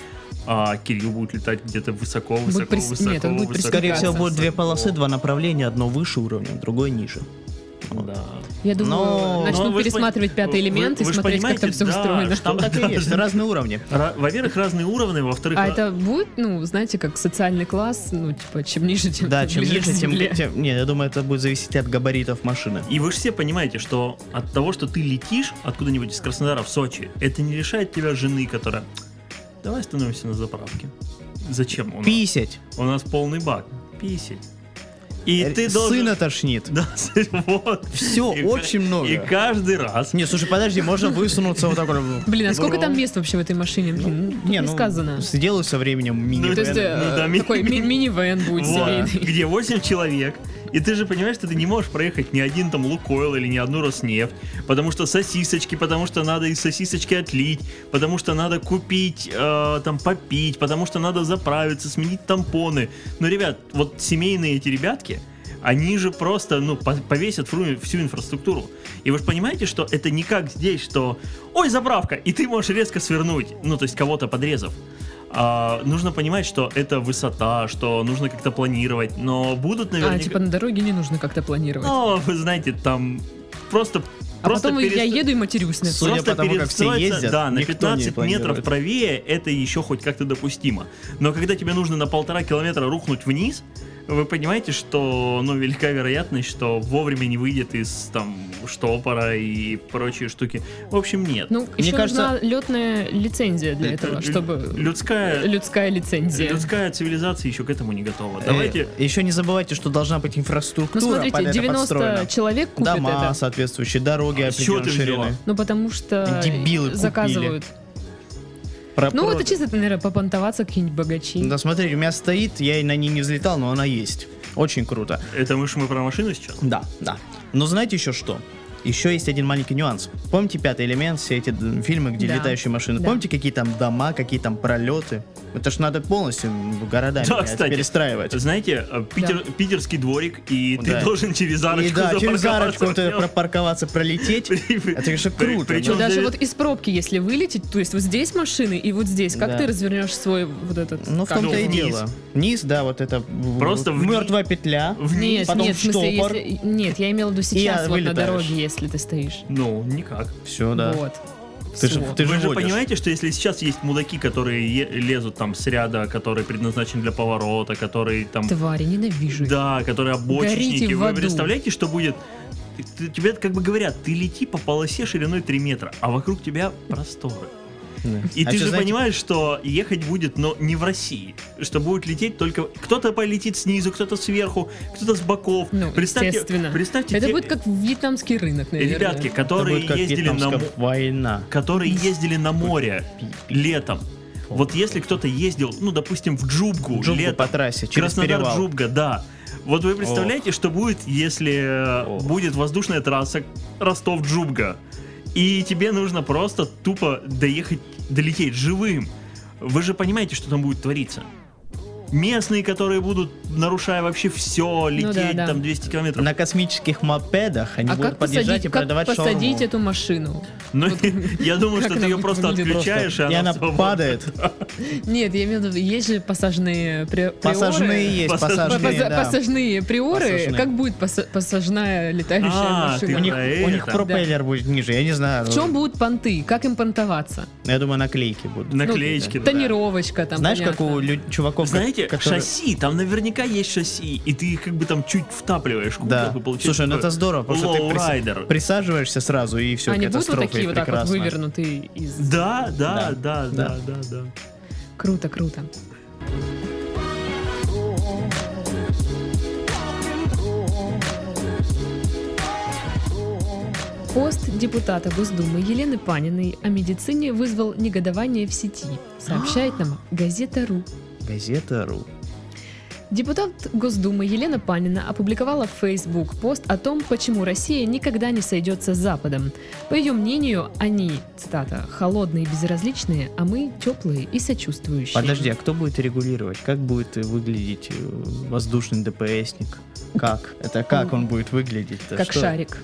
Speaker 2: а Кирилл будет летать где-то высоко,
Speaker 3: Будет
Speaker 2: высоко,
Speaker 3: прис-
Speaker 2: высоко,
Speaker 3: нет, он будет
Speaker 2: высоко.
Speaker 1: Скорее всего,
Speaker 3: Кажется,
Speaker 1: будет две полосы, два направления, одно выше уровня, другое ниже.
Speaker 2: Да.
Speaker 3: Я думаю,
Speaker 1: Но-
Speaker 2: Но
Speaker 3: начнут
Speaker 2: ну, вы ж
Speaker 3: пересматривать
Speaker 2: пон-
Speaker 3: пятый элемент
Speaker 2: вы-
Speaker 3: и
Speaker 2: вы ж
Speaker 3: смотреть, как там
Speaker 2: понимаете,
Speaker 3: все
Speaker 2: да,
Speaker 3: устроено.
Speaker 2: что
Speaker 1: Там так и есть, разные уровни.
Speaker 2: Ра- Во-первых, разные уровни, во-вторых,
Speaker 3: А
Speaker 2: ра-
Speaker 3: это будет, ну, знаете, как социальный класс, ну, типа, чем ниже, тем
Speaker 1: Да,
Speaker 3: ты
Speaker 1: чем
Speaker 3: ближе к
Speaker 1: ниже, тем...
Speaker 3: земле.
Speaker 1: тем- Не, я думаю, это будет зависеть от габаритов машины.
Speaker 2: И вы же все понимаете, что от того, что ты летишь откуда-нибудь из Краснодара в Сочи, это не лишает тебя жены, которая... Давай остановимся на заправке. Зачем? У нас,
Speaker 1: Писять.
Speaker 2: у нас полный бак. Писить. И
Speaker 1: Э,
Speaker 2: ты должен...
Speaker 1: Сына тошнит.
Speaker 2: Да, вот.
Speaker 1: Все,
Speaker 2: И-
Speaker 1: очень много.
Speaker 2: И каждый раз...
Speaker 1: Не, слушай, подожди, можно высунуться вот так вот.
Speaker 3: Блин, а сколько там мест вообще в этой машине? Блин, ну, тут не сказано.
Speaker 1: Сделаю со временем мини
Speaker 2: Ну,
Speaker 3: То есть, э,
Speaker 2: ну, да, ми-
Speaker 3: такой ми- мини-вэн будет
Speaker 2: Вот,
Speaker 3: семейный.
Speaker 2: где 8 человек. И ты же понимаешь, что ты не можешь проехать ни один там Лукойл или ни одну Роснефть, потому что сосисочки, потому что надо из сосисочки отлить, потому что надо купить, э, там, попить, потому что надо заправиться, сменить тампоны. Ну, ребят, вот семейные эти ребятки, они же просто, ну, по- повесят фру- всю инфраструктуру. И вы же понимаете, что это не как здесь, что «Ой, заправка!» И ты можешь резко свернуть, ну, то есть кого-то подрезав. А, нужно понимать, что это высота, что нужно как-то планировать, но будут
Speaker 3: А,
Speaker 2: наверняка...
Speaker 3: типа, на дороге не нужно как-то планировать.
Speaker 2: Ну, вы знаете, там просто...
Speaker 3: А
Speaker 2: просто
Speaker 3: потом я
Speaker 2: перест-
Speaker 3: еду и матерюсь на
Speaker 1: С-
Speaker 3: это.
Speaker 1: Судя
Speaker 2: просто
Speaker 1: по тому, как все
Speaker 2: перестроиться,
Speaker 1: ездят,
Speaker 2: да, на
Speaker 1: никто не
Speaker 2: 15 метров
Speaker 1: планирует.
Speaker 2: правее это еще хоть как-то допустимо. Но когда тебе нужно на полтора километра рухнуть вниз, вы понимаете, что, ну, велика вероятность, что вовремя не выйдет из, там, штопора и прочие штуки. В общем, нет.
Speaker 3: Ну, еще
Speaker 1: кажется-
Speaker 3: нужна летная лицензия для этого, чтобы...
Speaker 2: Людская...
Speaker 3: Людская лицензия.
Speaker 2: Людская цивилизация еще к этому не готова.
Speaker 1: Э,
Speaker 2: Давайте...
Speaker 1: Еще не забывайте, что должна быть
Speaker 3: Ну,
Speaker 1: инфраструктура. под
Speaker 3: смотрите,
Speaker 1: это
Speaker 3: 90
Speaker 1: подстроена.
Speaker 3: человек купит
Speaker 1: Дома
Speaker 3: это.
Speaker 1: соответствующие, дороги
Speaker 2: А с чего
Speaker 1: определенной
Speaker 2: ты взяла?
Speaker 1: ширины.
Speaker 3: Ну, потому что
Speaker 1: Дебилы купили.
Speaker 3: заказывают.
Speaker 1: Про-
Speaker 3: Ну,
Speaker 1: про-
Speaker 3: это чисто, наверное, попонтоваться какие-нибудь богачи.
Speaker 1: Да, смотрите, у меня стоит, я на ней не взлетал, но она есть. Очень круто.
Speaker 2: Это мы ж мы про машину сейчас?
Speaker 1: Да, да. Но знаете еще что? Еще есть один маленький нюанс. Помните пятый элемент, все эти м, фильмы, где
Speaker 3: Да.
Speaker 1: летающие машины?
Speaker 3: Да.
Speaker 1: Помните, какие там дома, какие там пролеты? Это ж надо полностью м, городами
Speaker 2: Да,
Speaker 1: блядь,
Speaker 2: кстати.
Speaker 1: перестраивать.
Speaker 2: Знаете, э, Питер- питерский дворик, и
Speaker 1: Да.
Speaker 2: ты должен через
Speaker 1: И
Speaker 2: арочку
Speaker 1: да, через
Speaker 2: запарковаться.
Speaker 1: арочку вот это пропарковаться, пролететь. Это же
Speaker 2: При-
Speaker 1: круто.
Speaker 2: причем
Speaker 3: Ну,
Speaker 1: да.
Speaker 3: даже
Speaker 2: для-
Speaker 3: вот из пробки, если вылететь, то есть вот здесь машины и вот здесь, как
Speaker 1: Да.
Speaker 3: ты развернешь свой вот этот...
Speaker 1: Ну, в
Speaker 3: как
Speaker 1: том-то и
Speaker 2: вниз.
Speaker 1: дело. Вниз, да, вот это м,
Speaker 2: Просто
Speaker 1: м,
Speaker 2: вни-
Speaker 1: мертвая петля.
Speaker 2: Вниз.
Speaker 3: Нет,
Speaker 1: потом
Speaker 3: нет, в смысле,
Speaker 1: штопор.
Speaker 3: если... Нет, я имела в виду сейчас, вот на
Speaker 1: вылетаешь.
Speaker 3: дороге, если ты стоишь.
Speaker 2: Ну, никак.
Speaker 1: Все, да.
Speaker 3: Вот.
Speaker 1: Ты же,
Speaker 3: Всё.
Speaker 1: ты же
Speaker 2: Вы же
Speaker 1: водишь.
Speaker 2: понимаете, что если сейчас есть мудаки, которые е- лезут там с ряда, который предназначен для поворота, который там...
Speaker 3: Твари, ненавижу их.
Speaker 2: Да, которые обочечники.
Speaker 3: Горите в
Speaker 2: Вы
Speaker 3: аду.
Speaker 2: представляете, что будет? Ты- ты- Тебе как бы говорят, ты лети по полосе шириной 3 метра, а вокруг тебя просторы. И
Speaker 1: А
Speaker 2: ты
Speaker 1: чё,
Speaker 2: же
Speaker 1: знаете-
Speaker 2: понимаешь, что ехать будет, но не в России. Что будет лететь только... Кто-то полетит снизу, кто-то сверху, кто-то с боков.
Speaker 3: Ну,
Speaker 2: представьте,
Speaker 3: естественно.
Speaker 2: Представьте
Speaker 3: Это
Speaker 2: те
Speaker 3: будет как вьетнамский рынок, наверное.
Speaker 2: ребятки,
Speaker 1: Это
Speaker 2: которые
Speaker 1: будет как
Speaker 2: ездили на...
Speaker 1: вьетнамская
Speaker 2: мо-
Speaker 1: война.
Speaker 2: Которые ездили на море летом. Вот если кто-то ездил, ну, допустим, в Джубгу,
Speaker 1: Джунгу
Speaker 2: летом,
Speaker 1: по трассе, через
Speaker 2: Краснодар
Speaker 1: перевал.
Speaker 2: Джубга, да. Вот вы представляете, что будет, если э,
Speaker 1: О.
Speaker 2: будет воздушная трасса Ростов Джубга, и тебе нужно просто тупо доехать, долететь живым. Вы же понимаете, что там будет твориться? Местные, которые будут, нарушая вообще все, лететь
Speaker 3: Ну да.
Speaker 2: там 200 километров.
Speaker 1: На космических мопедах они
Speaker 3: А
Speaker 1: будут
Speaker 3: как
Speaker 1: подъезжать
Speaker 3: посадить,
Speaker 1: и
Speaker 3: как
Speaker 1: продавать
Speaker 3: посадить
Speaker 1: шаурму.
Speaker 3: эту машину?
Speaker 2: Но я думаю,
Speaker 3: как
Speaker 2: что ты
Speaker 3: она
Speaker 2: ее просто
Speaker 3: выглядит
Speaker 2: отключаешь,
Speaker 1: И она
Speaker 2: всё-
Speaker 1: падает.
Speaker 3: Нет, я имею в виду, есть же пассажные при- приоры.
Speaker 1: Пассажные есть,
Speaker 2: Пассажные.
Speaker 3: Па-
Speaker 1: пассажные,
Speaker 3: пасса-
Speaker 1: да.
Speaker 3: Пассажные приоры.
Speaker 1: Пассажные.
Speaker 3: Как будет пасса- пассажная летающая
Speaker 2: А,
Speaker 3: машина?
Speaker 2: ты
Speaker 1: У них,
Speaker 2: Это.
Speaker 1: у них пропеллер будет ниже, я не знаю.
Speaker 3: В чем будут понты? Как им понтоваться? Ну,
Speaker 1: Я думаю, наклейки будут.
Speaker 2: Наклеечки. да.
Speaker 3: Тонировочка там,
Speaker 1: Знаешь, как
Speaker 3: понятно.
Speaker 1: у лю- чуваков,
Speaker 2: Знаете,
Speaker 1: которые-
Speaker 2: шасси, там наверняка есть шасси, и ты их как бы там чуть втапливаешь. кубок,
Speaker 1: Да.
Speaker 2: и получается
Speaker 1: Слушай, ну
Speaker 2: такой
Speaker 1: это здорово, потому что ты прис-
Speaker 2: лоурайдер.
Speaker 1: присаживаешься сразу и все,
Speaker 3: Они будут вот
Speaker 1: катастрофа,
Speaker 3: такие
Speaker 1: и
Speaker 3: вот так вот
Speaker 1: прекрасно.
Speaker 3: вывернутые из...
Speaker 2: Да, да, да,
Speaker 1: Да.
Speaker 2: да, да, да.
Speaker 3: Круто, круто. Пост депутата Госдумы Елены Паниной о медицине вызвал негодование в сети, сообщает нам газета.ру.
Speaker 1: Газета.ру.
Speaker 3: Депутат Госдумы Елена Панина опубликовала в Facebook пост о том, почему Россия никогда не сойдется с Западом. По ее мнению, они, цитата, «холодные и безразличные, а мы теплые и сочувствующие».
Speaker 1: Подожди, а кто будет регулировать? Как будет э, выглядеть э, воздушный ДПСник? Как? Это как он будет выглядеть?
Speaker 3: Как шарик.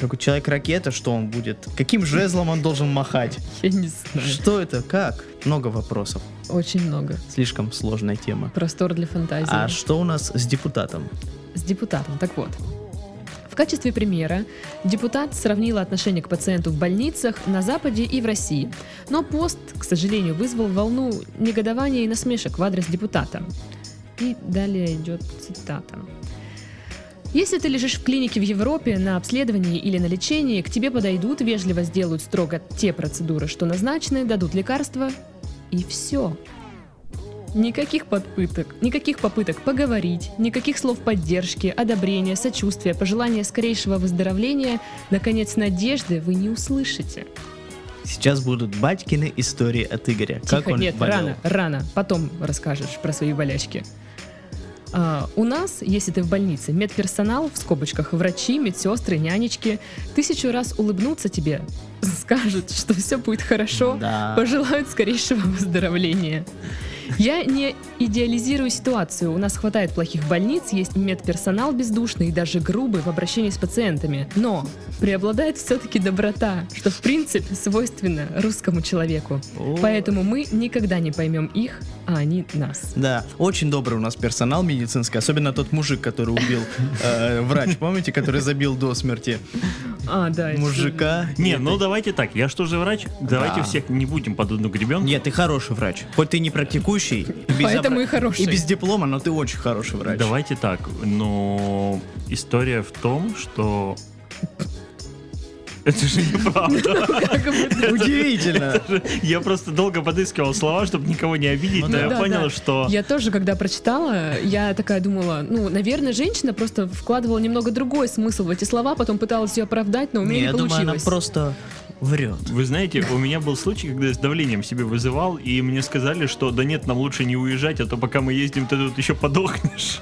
Speaker 1: Как у человек-ракета, что он будет? Каким жезлом он должен махать?
Speaker 3: Я не знаю.
Speaker 1: Что это? Как? Много вопросов.
Speaker 3: Очень много.
Speaker 1: Слишком сложная тема.
Speaker 3: Простор для фантазии.
Speaker 1: А что у нас с депутатом?
Speaker 3: С депутатом. Так вот. В качестве примера депутат сравнила отношение к пациенту в больницах на Западе и в России. Но пост, к сожалению, вызвал волну негодования и насмешек в адрес депутата. И далее идет цитата. Если ты лежишь в клинике в Европе на обследовании или на лечении, к тебе подойдут, вежливо сделают строго те процедуры, что назначены, дадут лекарства и все. Никаких подпыток, никаких попыток поговорить, никаких слов поддержки, одобрения, сочувствия, пожелания скорейшего выздоровления, наконец, надежды вы не услышите.
Speaker 1: Сейчас будут батькины истории от Игоря. как
Speaker 3: Тихо,
Speaker 1: он
Speaker 3: нет,
Speaker 1: болел.
Speaker 3: рано, рано. Потом расскажешь про свои болячки. А, у нас, если ты в больнице, медперсонал, в скобочках врачи, медсестры, нянечки, тысячу раз улыбнутся тебе, скажут, что все будет хорошо,
Speaker 1: Да.
Speaker 3: пожелают скорейшего выздоровления. Я не идеализирую ситуацию. У нас хватает плохих больниц, есть медперсонал бездушный и даже грубый в обращении с пациентами. Но преобладает все-таки доброта, что в принципе свойственно русскому человеку.
Speaker 1: О.
Speaker 3: Поэтому мы никогда не поймем их, а они нас.
Speaker 1: Да, очень добрый у нас персонал медицинский, особенно тот мужик, который убил э, врач, помните, который забил до смерти
Speaker 3: А, да. это-
Speaker 1: мужика.
Speaker 2: Не, ну давайте так, я что же врачь? Давайте всех не будем под одну гребенку.
Speaker 1: Нет, ты хороший врач. Хоть ты не практикующий, и без
Speaker 3: Поэтому
Speaker 1: обра-
Speaker 3: и хороший.
Speaker 1: И без диплома, но ты очень хороший врач.
Speaker 2: Давайте так, но история в том, что... Это же неправда.
Speaker 3: Как бы-
Speaker 1: Удивительно.
Speaker 2: Я просто долго подыскивал слова, чтобы никого не обидеть, но
Speaker 3: Ну
Speaker 2: я
Speaker 3: да,
Speaker 2: понял,
Speaker 3: да.
Speaker 2: что...
Speaker 3: Я тоже, когда прочитала, я такая думала, ну, наверное, женщина просто вкладывала немного другой смысл в эти слова, потом пыталась ее оправдать, но у меня
Speaker 1: Не,
Speaker 3: не
Speaker 1: я думаю, она
Speaker 3: получилось.
Speaker 1: просто врет. А
Speaker 2: Вы знаете, у меня был случай, когда я с давлением себе вызывал, и мне сказали, что да нет, нам лучше не уезжать, а то пока мы ездим, ты тут еще подохнешь.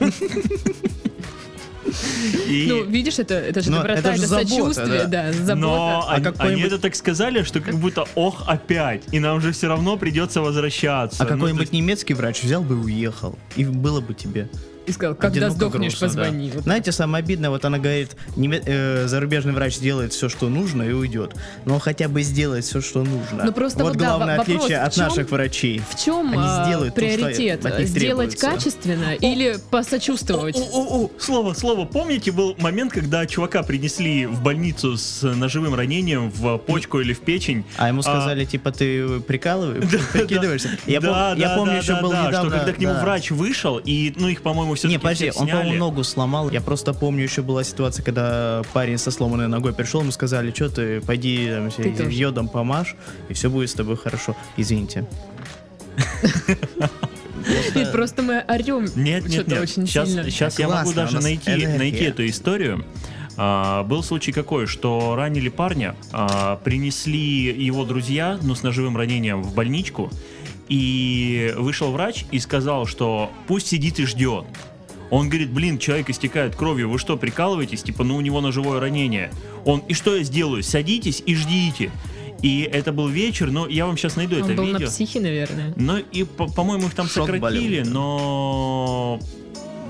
Speaker 2: И-
Speaker 3: Ну, видишь, это, это же
Speaker 1: Но
Speaker 3: доброта, это,
Speaker 1: это же забота,
Speaker 3: сочувствие, да,
Speaker 2: Но
Speaker 3: забота.
Speaker 1: А
Speaker 2: они,
Speaker 1: какой-нибудь-
Speaker 2: они это так сказали, что как будто ох опять, и нам же все равно придется возвращаться.
Speaker 1: А
Speaker 2: Ну,
Speaker 1: какой-нибудь
Speaker 2: то есть-
Speaker 1: немецкий врач взял бы и уехал. И было бы тебе.
Speaker 3: И сказал, когда
Speaker 1: Одиноко,
Speaker 3: сдохнешь,
Speaker 1: грустно, да.
Speaker 3: позвони. Вот.
Speaker 1: Знаете, самое обидное, вот она говорит, неме- э, зарубежный врач делает все, что нужно и уйдет. Но он хотя бы сделает все, что нужно.
Speaker 3: Ну, просто
Speaker 1: вот
Speaker 3: вот, да,
Speaker 1: главное
Speaker 3: во- вопрос,
Speaker 1: отличие
Speaker 3: в
Speaker 1: от
Speaker 3: чём-
Speaker 1: наших врачей.
Speaker 3: В чем
Speaker 1: Они
Speaker 3: а,
Speaker 1: сделают то, что
Speaker 3: приоритет?
Speaker 1: от них
Speaker 3: Сделать
Speaker 1: требуется.
Speaker 3: качественно или посочувствовать?
Speaker 2: О, о, о, слово, слово. Помните, был момент, когда чувака принесли в больницу с ножевым ранением в почку или в печень?
Speaker 1: А ему сказали, типа, ты прикалываешь, прикидываешься. Я,
Speaker 2: Да,
Speaker 1: пом- я
Speaker 2: да,
Speaker 1: помню,
Speaker 2: да,
Speaker 1: еще
Speaker 2: да,
Speaker 1: был
Speaker 2: да,
Speaker 1: недавно...
Speaker 2: что когда к нему
Speaker 1: да.
Speaker 2: врач вышел, и, ну, их, по-моему, все-таки
Speaker 1: не, подожди,
Speaker 2: всех
Speaker 1: он,
Speaker 2: сняли.
Speaker 1: по-моему, ногу сломал. Я просто помню, еще была ситуация, когда парень со сломанной ногой пришел, ему сказали, что ты, пойди там,
Speaker 3: Ты тоже.
Speaker 1: йодом помажь, и все будет с тобой хорошо. Извините.
Speaker 3: Нет, просто мы орем
Speaker 2: Нет, нет,
Speaker 3: что-то
Speaker 2: нет.
Speaker 3: очень
Speaker 2: сейчас,
Speaker 3: сильно.
Speaker 2: сейчас
Speaker 1: Да
Speaker 2: я могу
Speaker 1: классно, у
Speaker 2: даже
Speaker 1: нас
Speaker 2: найти,
Speaker 1: энергия.
Speaker 2: найти эту историю. А, был случай какой, что ранили парня, а, принесли его друзья, ну, с ножевым ранением в больничку, и вышел врач и сказал, что пусть сидит и ждет. Он говорит, блин, человек истекает кровью, вы что, прикалываетесь? Типа, ну у него ножевое ранение. Он, и что я сделаю? Садитесь и ждите. И это был вечер, но я вам сейчас найду
Speaker 3: Он
Speaker 2: это
Speaker 3: был на
Speaker 2: видео.
Speaker 3: психе, наверное.
Speaker 2: Ну и, по- по-моему, их там
Speaker 1: Шок
Speaker 2: сократили,
Speaker 1: болел, да.
Speaker 2: но...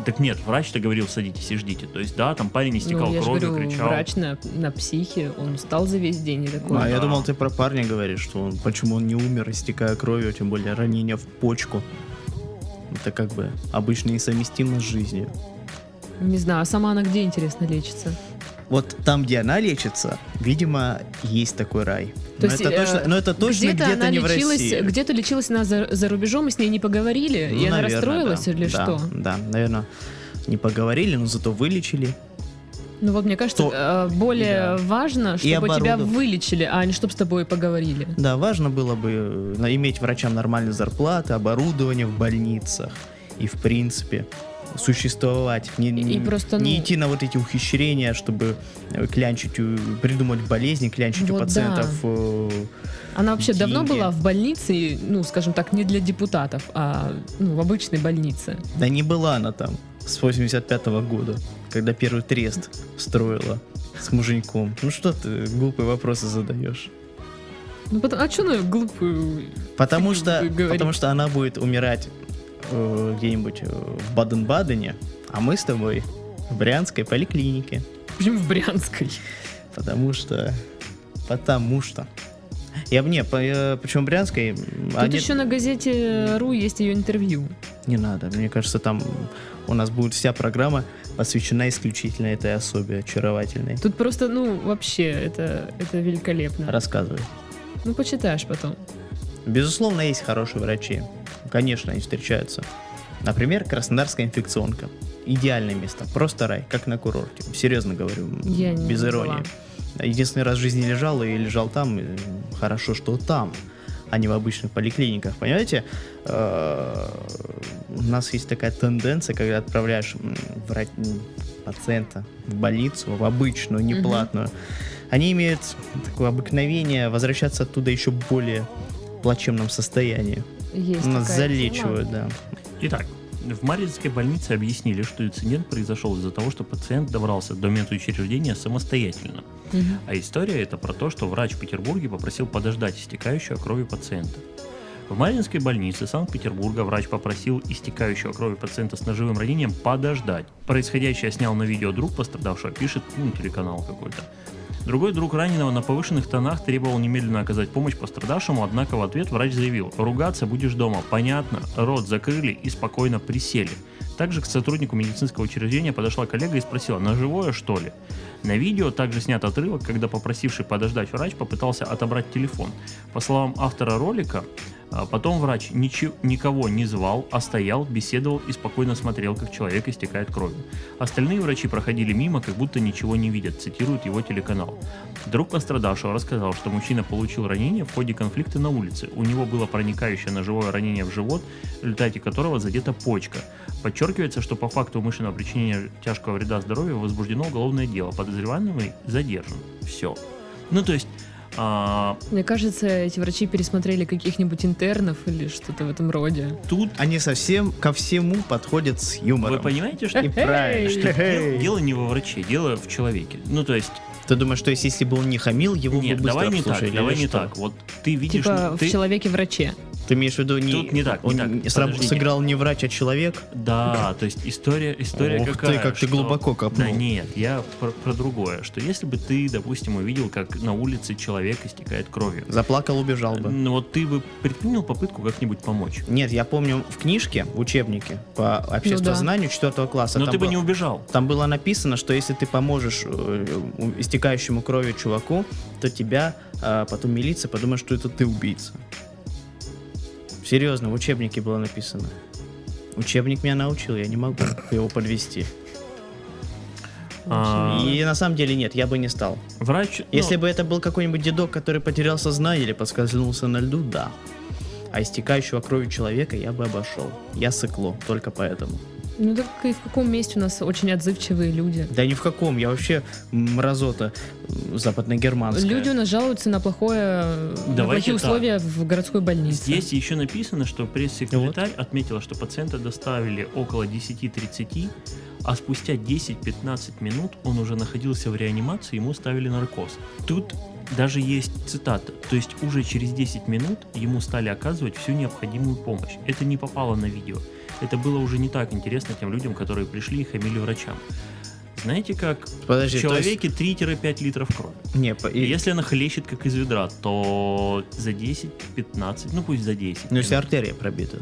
Speaker 2: Так нет, врач-то говорил, садитесь и ждите. То есть, да, там парень истекал
Speaker 3: ну, я же
Speaker 2: кровью,
Speaker 3: говорю,
Speaker 2: кричал.
Speaker 3: врач на, на психе, он устал за весь день и такой.
Speaker 1: А я
Speaker 2: да.
Speaker 1: думал, ты про парня говоришь, что он, почему он не умер, истекая кровью, тем более ранение в почку. Это как бы обычно несовместимо с жизнью.
Speaker 3: Не знаю, а сама она где, интересно, лечится?
Speaker 1: Вот там, где она лечится, видимо, есть такой рай.
Speaker 3: То
Speaker 1: но,
Speaker 3: есть,
Speaker 1: это
Speaker 3: э,
Speaker 1: точно, но это точно где-то,
Speaker 3: она
Speaker 1: не в
Speaker 3: лечилась,
Speaker 1: России.
Speaker 3: где-то лечилась она за, за рубежом, и с ней не поговорили,
Speaker 1: Ну,
Speaker 3: и она
Speaker 1: наверное,
Speaker 3: расстроилась
Speaker 1: да.
Speaker 3: или
Speaker 1: Да,
Speaker 3: что?
Speaker 1: Да, наверное, не поговорили, но зато вылечили.
Speaker 3: Ну вот мне кажется,
Speaker 1: То-
Speaker 3: э, более
Speaker 1: да.
Speaker 3: важно, чтобы тебя
Speaker 1: оборудов-
Speaker 3: вылечили, а не чтобы с тобой поговорили.
Speaker 1: Да, важно было бы э, иметь врачам нормальные зарплаты, оборудование в больницах и, в принципе, существовать. Не,
Speaker 3: И- и
Speaker 1: не-
Speaker 3: просто,
Speaker 1: не
Speaker 3: ну-
Speaker 1: идти на вот эти ухищрения, чтобы э, клянчить, у- придумать болезни, клянчить у
Speaker 3: Вот да.
Speaker 1: пациентов. э,
Speaker 3: Она вообще давно
Speaker 1: Деньги.
Speaker 3: была в больнице, и, ну, скажем так, не для депутатов, а ну, в обычной больнице.
Speaker 1: Да не была она там с 85 года, когда первый трест строила с муженьком. Ну что ты глупые вопросы задаешь?
Speaker 3: Ну, потом, а что она глупую?
Speaker 1: Потому
Speaker 3: Ты
Speaker 1: что,
Speaker 3: говори.
Speaker 1: потому что она будет умирать э, где-нибудь э, в Баден-Бадене, а мы с тобой в Брянской поликлинике.
Speaker 3: Почему в Брянской?
Speaker 1: Потому что... Потому что... Я мне, причем э, Брянской... м,
Speaker 3: Тут
Speaker 1: они-
Speaker 3: еще на газете РУ есть ее интервью.
Speaker 1: Не надо, мне кажется, там у нас будет вся программа посвящена исключительно этой особе очаровательной.
Speaker 3: Тут просто, ну, вообще, это, это великолепно.
Speaker 1: Рассказывай.
Speaker 3: Ну, почитаешь потом.
Speaker 1: Безусловно, есть хорошие врачи. Конечно, они встречаются. Например, Краснодарская инфекционка. Идеальное место, просто рай, как на курорте. Серьезно говорю, м,
Speaker 3: Я не
Speaker 1: без
Speaker 3: была.
Speaker 1: иронии. Единственный раз в жизни лежал и лежал там. и, м, Хорошо, что там, а не в обычных поликлиниках. Понимаете, Э, у нас есть такая тенденция, когда отправляешь м, вра- м, пациента в больницу, в обычную,
Speaker 3: Мгм.
Speaker 1: неплатную, они имеют такое обыкновение возвращаться оттуда еще более плачевном состоянии.
Speaker 3: Есть
Speaker 1: Нас
Speaker 3: такая тема.
Speaker 1: залечивают, да.
Speaker 2: Итак, в Маринской больнице объяснили, что инцидент произошел из-за того, что пациент добрался до медучреждения самостоятельно.
Speaker 3: Мгм.
Speaker 2: А история это про то, что врач в Петербурге попросил подождать истекающую кровью пациента. В Маринской больнице Санкт-Петербурга врач попросил истекающего крови пациента с ножевым ранением подождать. Происходящее снял на видео друг пострадавшего, пишет ну, телеканал какой-то. Другой друг раненого на повышенных тонах требовал немедленно оказать помощь пострадавшему, однако в ответ врач заявил «Ругаться будешь дома, понятно, рот закрыли и спокойно присели». Также к сотруднику медицинского учреждения подошла коллега и спросила «Ножевое что ли?». На видео также снят отрывок, когда попросивший подождать врач попытался отобрать телефон. По словам автора ролика, а, потом врач ничего, никого не звал, а стоял, беседовал и спокойно смотрел, как человек истекает кровью. Остальные врачи проходили мимо, как будто ничего не видят, цитирует его телеканал. Друг пострадавшего рассказал, что мужчина получил ранение в ходе конфликта на улице. У него было проникающее ножевое ранение в живот, в результате которого задета почка. Подчеркивается, что по факту умышленного причинения тяжкого вреда здоровью возбуждено уголовное дело. Подозреваемый задержан. Все. Ну, то есть... а,
Speaker 3: Мне кажется, эти врачи пересмотрели каких-нибудь интернов или что-то в этом роде.
Speaker 2: тут
Speaker 1: Они совсем ко всему подходят с юмором.
Speaker 2: вы понимаете, что
Speaker 1: И правильно.
Speaker 3: Эй!
Speaker 1: что
Speaker 2: дело,
Speaker 1: дело- дело-
Speaker 2: дело не во враче, дело в человеке. Ну, то есть,
Speaker 1: Ты думаешь, что есть, если бы он не хамил, его
Speaker 2: нет,
Speaker 1: бы быстро
Speaker 2: давай не так,
Speaker 1: обслужили, или
Speaker 2: давай не
Speaker 1: что?
Speaker 2: так. Вот ты видишь,
Speaker 3: типа
Speaker 2: ну,
Speaker 3: в
Speaker 2: ты,
Speaker 3: человеке-враче.
Speaker 1: Ты имеешь в виду не...
Speaker 2: Тут не так, не
Speaker 1: он
Speaker 2: так.
Speaker 1: сра-
Speaker 2: Подожди.
Speaker 1: сыграл не врач, а человек?
Speaker 2: Да, то есть история, история
Speaker 1: Ух ты,
Speaker 2: какая.
Speaker 1: как ты глубоко копнул.
Speaker 2: Да нет, я про, про другое. Что если бы ты, допустим, увидел, как на улице человек истекает кровью,
Speaker 1: Заплакал, убежал бы.
Speaker 2: ну вот ты бы предпринял попытку как-нибудь помочь.
Speaker 1: Нет, я помню в книжке, в учебнике по
Speaker 3: Ну
Speaker 1: обществознанию 4 класса.
Speaker 2: Но
Speaker 1: там
Speaker 2: ты бы
Speaker 1: было-
Speaker 2: не убежал.
Speaker 1: Там было написано, что если ты поможешь э, у- истекающему кровью чуваку, то тебя э, потом милиция подумает, что это ты убийца. Серьезно, в учебнике было написано. Учебник меня научил, я не могу его подвести.
Speaker 2: А,
Speaker 1: Ну, И на самом деле нет, я бы не стал.
Speaker 2: врач... ну,
Speaker 1: Если бы это был какой-нибудь дедок, который потерял сознание или подскользнулся на льду, да. А истекающего кровью человека я бы обошел. Я сыкло, только поэтому.
Speaker 3: Ну так и в каком месте у нас очень отзывчивые люди?
Speaker 1: Да ни в каком, я вообще мразота м, западногерманская.
Speaker 3: Люди у нас жалуются на плохое, на
Speaker 2: Давайте
Speaker 3: плохие
Speaker 2: так.
Speaker 3: условия в городской больнице.
Speaker 2: Здесь еще написано, что пресс-секретарь отметила, что пациента доставили около 10.30, а спустя 10-15 минут он уже находился в реанимации, ему ставили наркоз. Тут даже есть цитата, то есть уже через 10 минут ему стали оказывать всю необходимую помощь. Это не попало на видео. Это было уже не так интересно тем людям, которые пришли и хамили врачам. Знаете как?
Speaker 1: Подожди,
Speaker 2: в
Speaker 1: то есть-
Speaker 2: человеке 3-5 литров крови.
Speaker 1: Не, по-
Speaker 2: И
Speaker 1: и-
Speaker 2: если она хлещет как из ведра, то за 10-15, ну пусть за 10.
Speaker 1: Ну, если артерия пробита.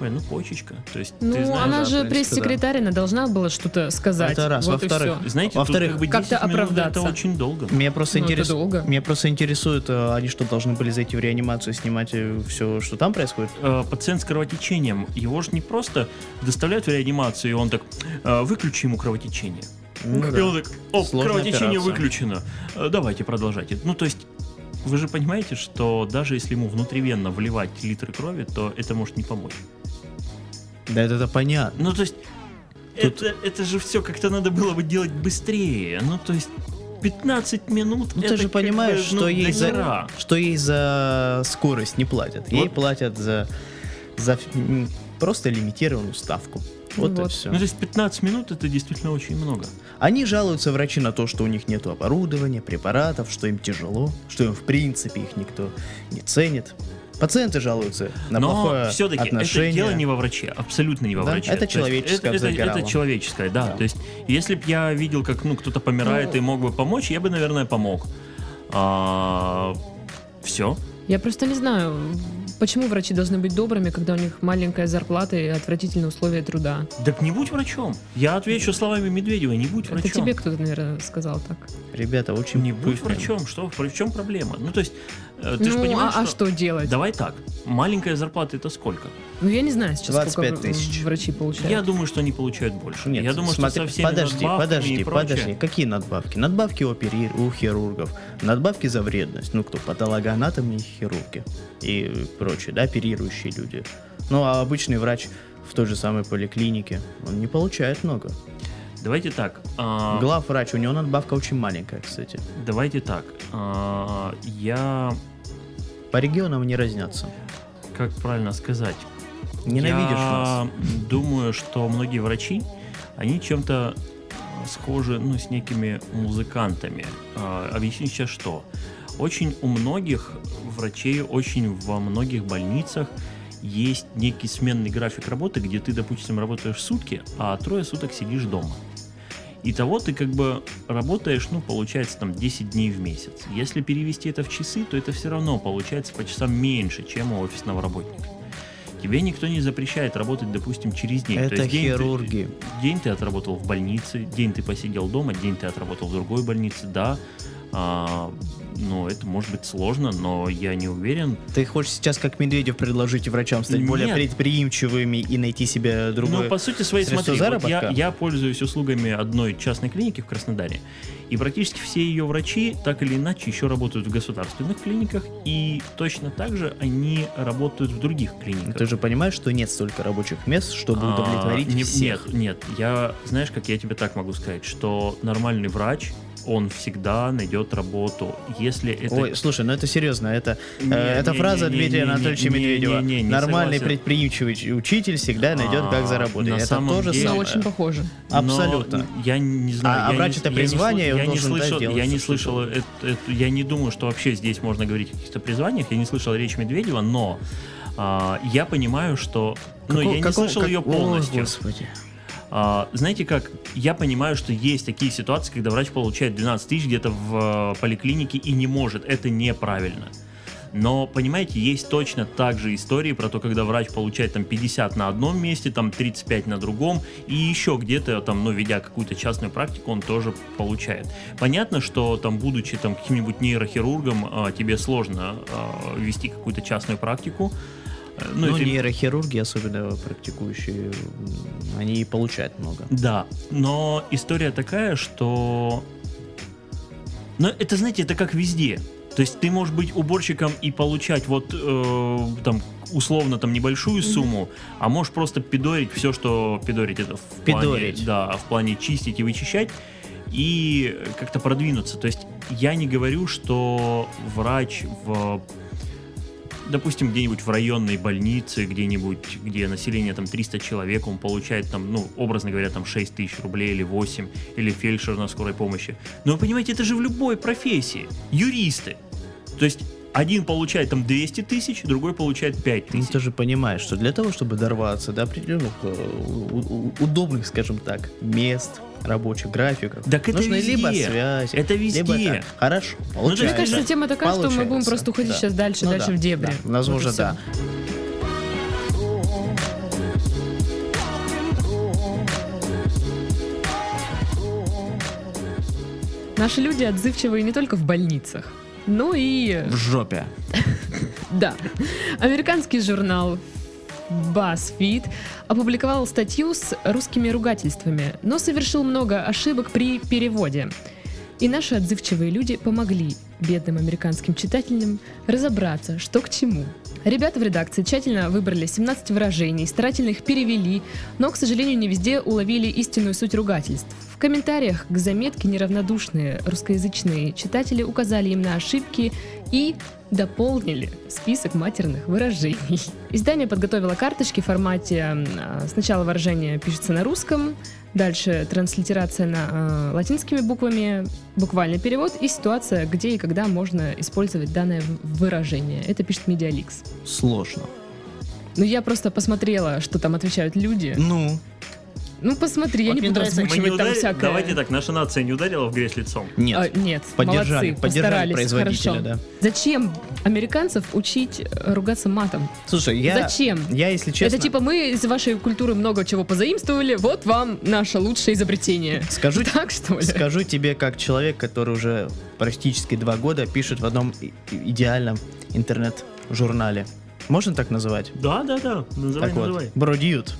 Speaker 2: Ой, ну почечка. То есть,
Speaker 3: Ну,
Speaker 2: ты знаешь,
Speaker 3: она
Speaker 1: да, в
Speaker 3: же
Speaker 1: принципе,
Speaker 3: пресс-секретарь, она должна была что-то сказать.
Speaker 1: Это раз.
Speaker 3: Вот и
Speaker 1: Во-вторых,
Speaker 3: всё.
Speaker 2: знаете,
Speaker 1: Во-вторых,
Speaker 2: тут как бы
Speaker 3: как-то
Speaker 2: 10 минут это
Speaker 3: оправдаться.
Speaker 2: очень долго.
Speaker 1: Меня просто,
Speaker 3: Ну, это
Speaker 1: интерес-
Speaker 3: долго.
Speaker 1: Меня просто интересует, э, они что, должны были зайти в реанимацию, снимать все, что там происходит?
Speaker 2: Э, Пациент с кровотечением, его же не просто доставляют в реанимацию, и он так, «Э, выключи ему кровотечение.
Speaker 1: Ну
Speaker 2: и
Speaker 1: да.
Speaker 2: он так, оп,
Speaker 1: Сложная
Speaker 2: кровотечение
Speaker 1: операция.
Speaker 2: выключено. Э, Давайте, продолжайте. Ну, то есть, вы же понимаете, что даже если ему внутривенно вливать литры крови, то это может не помочь.
Speaker 1: Да это, это понятно.
Speaker 2: Ну, то есть,
Speaker 1: Тут-
Speaker 2: это, это же все как-то надо было бы делать быстрее. Ну, то есть, 15 минут.
Speaker 1: Ну
Speaker 2: это
Speaker 1: ты же
Speaker 2: как бы,
Speaker 1: понимаешь,
Speaker 2: ну,
Speaker 1: что, ей за,
Speaker 2: дохера.
Speaker 1: что ей за скорость не платят. Ей
Speaker 2: Вот.
Speaker 1: платят за, за ф- м, просто лимитированную ставку. Вот, и
Speaker 3: Вот.
Speaker 1: все.
Speaker 2: Ну, то есть 15 минут это действительно очень много.
Speaker 1: Они жалуются врачи на то, что у них нет оборудования, препаратов, что им тяжело, что им в принципе их никто не ценит. Пациенты жалуются на
Speaker 2: Но
Speaker 1: плохое
Speaker 2: все-таки
Speaker 1: отношение.
Speaker 2: это дело не во враче, абсолютно не во
Speaker 1: Да,
Speaker 2: враче.
Speaker 1: это
Speaker 2: То есть
Speaker 1: человеческое
Speaker 2: это, это,
Speaker 1: заиграло.
Speaker 2: это человеческое, да.
Speaker 1: Да.
Speaker 2: То есть, если бы я видел, как ну кто-то помирает
Speaker 3: Ну.
Speaker 2: и мог бы помочь, я бы, наверное, помог. А, все.
Speaker 3: Я просто не знаю, почему врачи должны быть добрыми, когда у них маленькая зарплата и отвратительные условия труда.
Speaker 2: Так не будь врачом. Я отвечу словами Медведева, не будь
Speaker 3: Это
Speaker 2: врачом.
Speaker 3: тебе кто-то, наверное, сказал так.
Speaker 1: Ребята, очень
Speaker 2: не будь
Speaker 1: пышные.
Speaker 2: врачом, что? В чем проблема? Ну, то есть, э, ты
Speaker 3: ну,
Speaker 2: же понимаешь,
Speaker 3: а, а
Speaker 2: что...
Speaker 3: что делать?
Speaker 2: Давай так, маленькая зарплата это сколько?
Speaker 3: Ну, я не знаю сейчас,
Speaker 1: 25
Speaker 3: сколько в-
Speaker 1: тысяч.
Speaker 3: врачи получают.
Speaker 2: Я думаю, что они получают больше.
Speaker 1: Нет,
Speaker 2: Я думаю,
Speaker 1: смотри,
Speaker 2: что со всеми
Speaker 1: подожди,
Speaker 2: надбавками
Speaker 1: подожди,
Speaker 2: и прочее.
Speaker 1: подожди. Какие надбавки? Надбавки у, опери- у хирургов, надбавки за вредность. Ну кто, патологоанатомы и хирурги и прочие, да, оперирующие люди. Ну а обычный врач в той же самой поликлинике, он не получает много.
Speaker 2: Давайте так. а,
Speaker 1: Главврач, у него надбавка очень маленькая, кстати.
Speaker 2: Давайте так. а, Я,
Speaker 1: По регионам не разнятся.
Speaker 2: как правильно сказать,
Speaker 1: Ненавидишь
Speaker 2: я
Speaker 1: нас.
Speaker 2: Думаю, что многие врачи, они чем-то схожи, ну, с некими музыкантами. А, Объясню сейчас что. Очень у многих врачей, очень во многих больницах есть некий сменный график работы, где ты, допустим, работаешь сутки, а трое суток сидишь дома. И того ты как бы работаешь, ну, получается, там 10 дней в месяц. Если перевести это в часы, то это все равно получается по часам меньше, чем у офисного работника. Тебе никто не запрещает работать, допустим, через день. То
Speaker 1: Это
Speaker 2: есть день ты-
Speaker 1: хирурги.
Speaker 2: день ты отработал в больнице, день ты посидел дома, день ты отработал в другой больнице, да. А, но это может быть сложно, но я не уверен.
Speaker 1: Ты хочешь сейчас, как Медведев, предложить врачам стать более
Speaker 2: Нет.
Speaker 1: предприимчивыми и найти себе другое...
Speaker 2: Но Ну, по сути своей,
Speaker 1: средство
Speaker 2: смотри, вот я,
Speaker 1: заработка?
Speaker 2: я пользуюсь услугами одной частной клиники в Краснодаре, и практически все ее врачи так или иначе еще работают в государственных клиниках, и точно так же они работают в других клиниках.
Speaker 1: Ты же понимаешь, что нет столько рабочих мест, чтобы удовлетворить
Speaker 2: А, не-
Speaker 1: всех.
Speaker 2: Нет, нет, я, знаешь, как я тебе так могу сказать, что нормальный врач, он всегда найдет работу, если это...
Speaker 1: Ой, слушай, ну это серьезно, это, э,
Speaker 2: Не,
Speaker 1: это
Speaker 2: не,
Speaker 1: фраза
Speaker 2: не, не,
Speaker 1: Дмитрия
Speaker 2: не, не,
Speaker 1: Анатольевича
Speaker 2: не, не,
Speaker 1: Медведева.
Speaker 2: не, не, не
Speaker 1: Нормальный
Speaker 2: согласен.
Speaker 1: предприимчивый ч- учитель всегда найдет,
Speaker 2: А,
Speaker 1: как заработать.
Speaker 2: на
Speaker 1: это
Speaker 2: самом
Speaker 1: то же
Speaker 2: деле-
Speaker 3: Но
Speaker 1: самое.
Speaker 3: очень похоже.
Speaker 2: Но
Speaker 1: Абсолютно.
Speaker 2: Я не знаю.
Speaker 1: А-
Speaker 2: я
Speaker 1: а врач
Speaker 2: не-
Speaker 1: это
Speaker 2: я не
Speaker 1: призвание,
Speaker 2: слыш-
Speaker 1: и он
Speaker 2: я не
Speaker 1: должен, да,
Speaker 2: слышал,
Speaker 1: делать
Speaker 2: я не
Speaker 1: всё, что
Speaker 2: слышал, это- это- я не думаю, что вообще здесь можно говорить о каких-то призваниях, я не слышал речь Медведева, но а, я понимаю, что... Но
Speaker 1: Како-
Speaker 2: я не
Speaker 1: какой-
Speaker 2: слышал
Speaker 1: как-
Speaker 2: ее
Speaker 1: О,
Speaker 2: полностью.
Speaker 1: господи.
Speaker 2: А, знаете как, я понимаю, что есть такие ситуации, когда врач получает 12 тысяч где-то в э, поликлинике и не может. Это неправильно. Но, понимаете, есть точно так же истории про то, когда врач получает там 50 на одном месте, там 35 на другом, и еще где-то там, ну, ведя какую-то частную практику, он тоже получает. Понятно, что там, будучи там каким-нибудь нейрохирургом, а, тебе сложно а, вести какую-то частную практику, Э,
Speaker 1: Ну,
Speaker 2: это-
Speaker 1: нейрохирурги, особенно практикующие, м, они и получают много.
Speaker 2: Да, но история такая, что... Но это, знаете, это как везде. То есть ты можешь быть уборщиком и получать вот э, там условно там небольшую сумму, а можешь просто пидорить все, что пидорить это в плане-
Speaker 1: Пидорить.
Speaker 2: да, в плане чистить и вычищать и как-то продвинуться. То есть я не говорю, что врач в допустим, где-нибудь в районной больнице, где-нибудь, где население там 300 человек, он получает там, ну, образно говоря, там 6 тысяч рублей или 8, или фельдшер на скорой помощи. Но вы понимаете, это же в любой профессии. Юристы. То есть один получает там 200 тысяч, другой получает 5
Speaker 1: Ну,
Speaker 2: тысяч.
Speaker 1: ты же понимаешь, что для того, чтобы дорваться до определенных э, у- у- удобных, скажем так, мест, рабочих графиков,
Speaker 2: Так это
Speaker 1: нужны
Speaker 2: везде.
Speaker 1: либо связи,
Speaker 2: Это
Speaker 1: либо
Speaker 2: везде.
Speaker 1: так. Хорошо, получается.
Speaker 2: Мне
Speaker 3: Ну, Мне кажется, тема такая, что мы будем
Speaker 1: Получается,
Speaker 3: просто уходить
Speaker 1: да.
Speaker 3: сейчас дальше,
Speaker 1: Ну
Speaker 3: дальше
Speaker 1: да,
Speaker 3: в дебри.
Speaker 1: да, возможно,
Speaker 3: Вот и всё.
Speaker 1: да.
Speaker 3: Наши люди отзывчивые не только в больницах, но и...
Speaker 1: В жопе.
Speaker 3: Да. Американский журнал BuzzFeed опубликовал статью с русскими ругательствами, но совершил много ошибок при переводе. И наши отзывчивые люди помогли бедным американским читателям разобраться, что к чему. Ребята в редакции тщательно выбрали 17 выражений, старательно их перевели, но, к сожалению, не везде уловили истинную суть ругательств. В комментариях к заметке неравнодушные русскоязычные читатели указали им на ошибки и дополнили список матерных выражений. Издание подготовило карточки в формате м, а, сначала выражение пишется на русском, дальше транслитерация на э, латинскими буквами, буквальный перевод и ситуация, где и когда можно использовать данное в- выражение. Это пишет Медиаликс.
Speaker 1: Сложно.
Speaker 3: Ну, я просто посмотрела, что там отвечают люди.
Speaker 1: Ну,
Speaker 3: Ну, посмотри, я
Speaker 1: Вот
Speaker 3: не
Speaker 1: мне
Speaker 3: буду
Speaker 1: нравится,
Speaker 2: Мы не
Speaker 3: озвучивать там
Speaker 2: ударили-
Speaker 3: всякое.
Speaker 2: Давайте так, наша нация не ударила в грязь лицом.
Speaker 1: нет.
Speaker 3: А, нет,
Speaker 1: поддержали,
Speaker 3: молодцы,
Speaker 1: поддержали
Speaker 3: постарались,
Speaker 1: производителя,
Speaker 3: хорошо.
Speaker 1: да.
Speaker 3: Зачем американцев учить э, ругаться матом?
Speaker 1: Слушай, я...
Speaker 3: Зачем?
Speaker 1: Я, если честно...
Speaker 3: Это типа мы из вашей культуры много чего позаимствовали, вот вам наше лучшее изобретение.
Speaker 1: Скажу,
Speaker 3: Так что ли?
Speaker 1: Скажу тебе, как человек, который уже практически два года пишет в одном и- и- идеальном интернет-журнале. Можно так называть?
Speaker 2: Да, да, да. Называй,
Speaker 1: так
Speaker 2: называй.
Speaker 1: вот, Бродьют.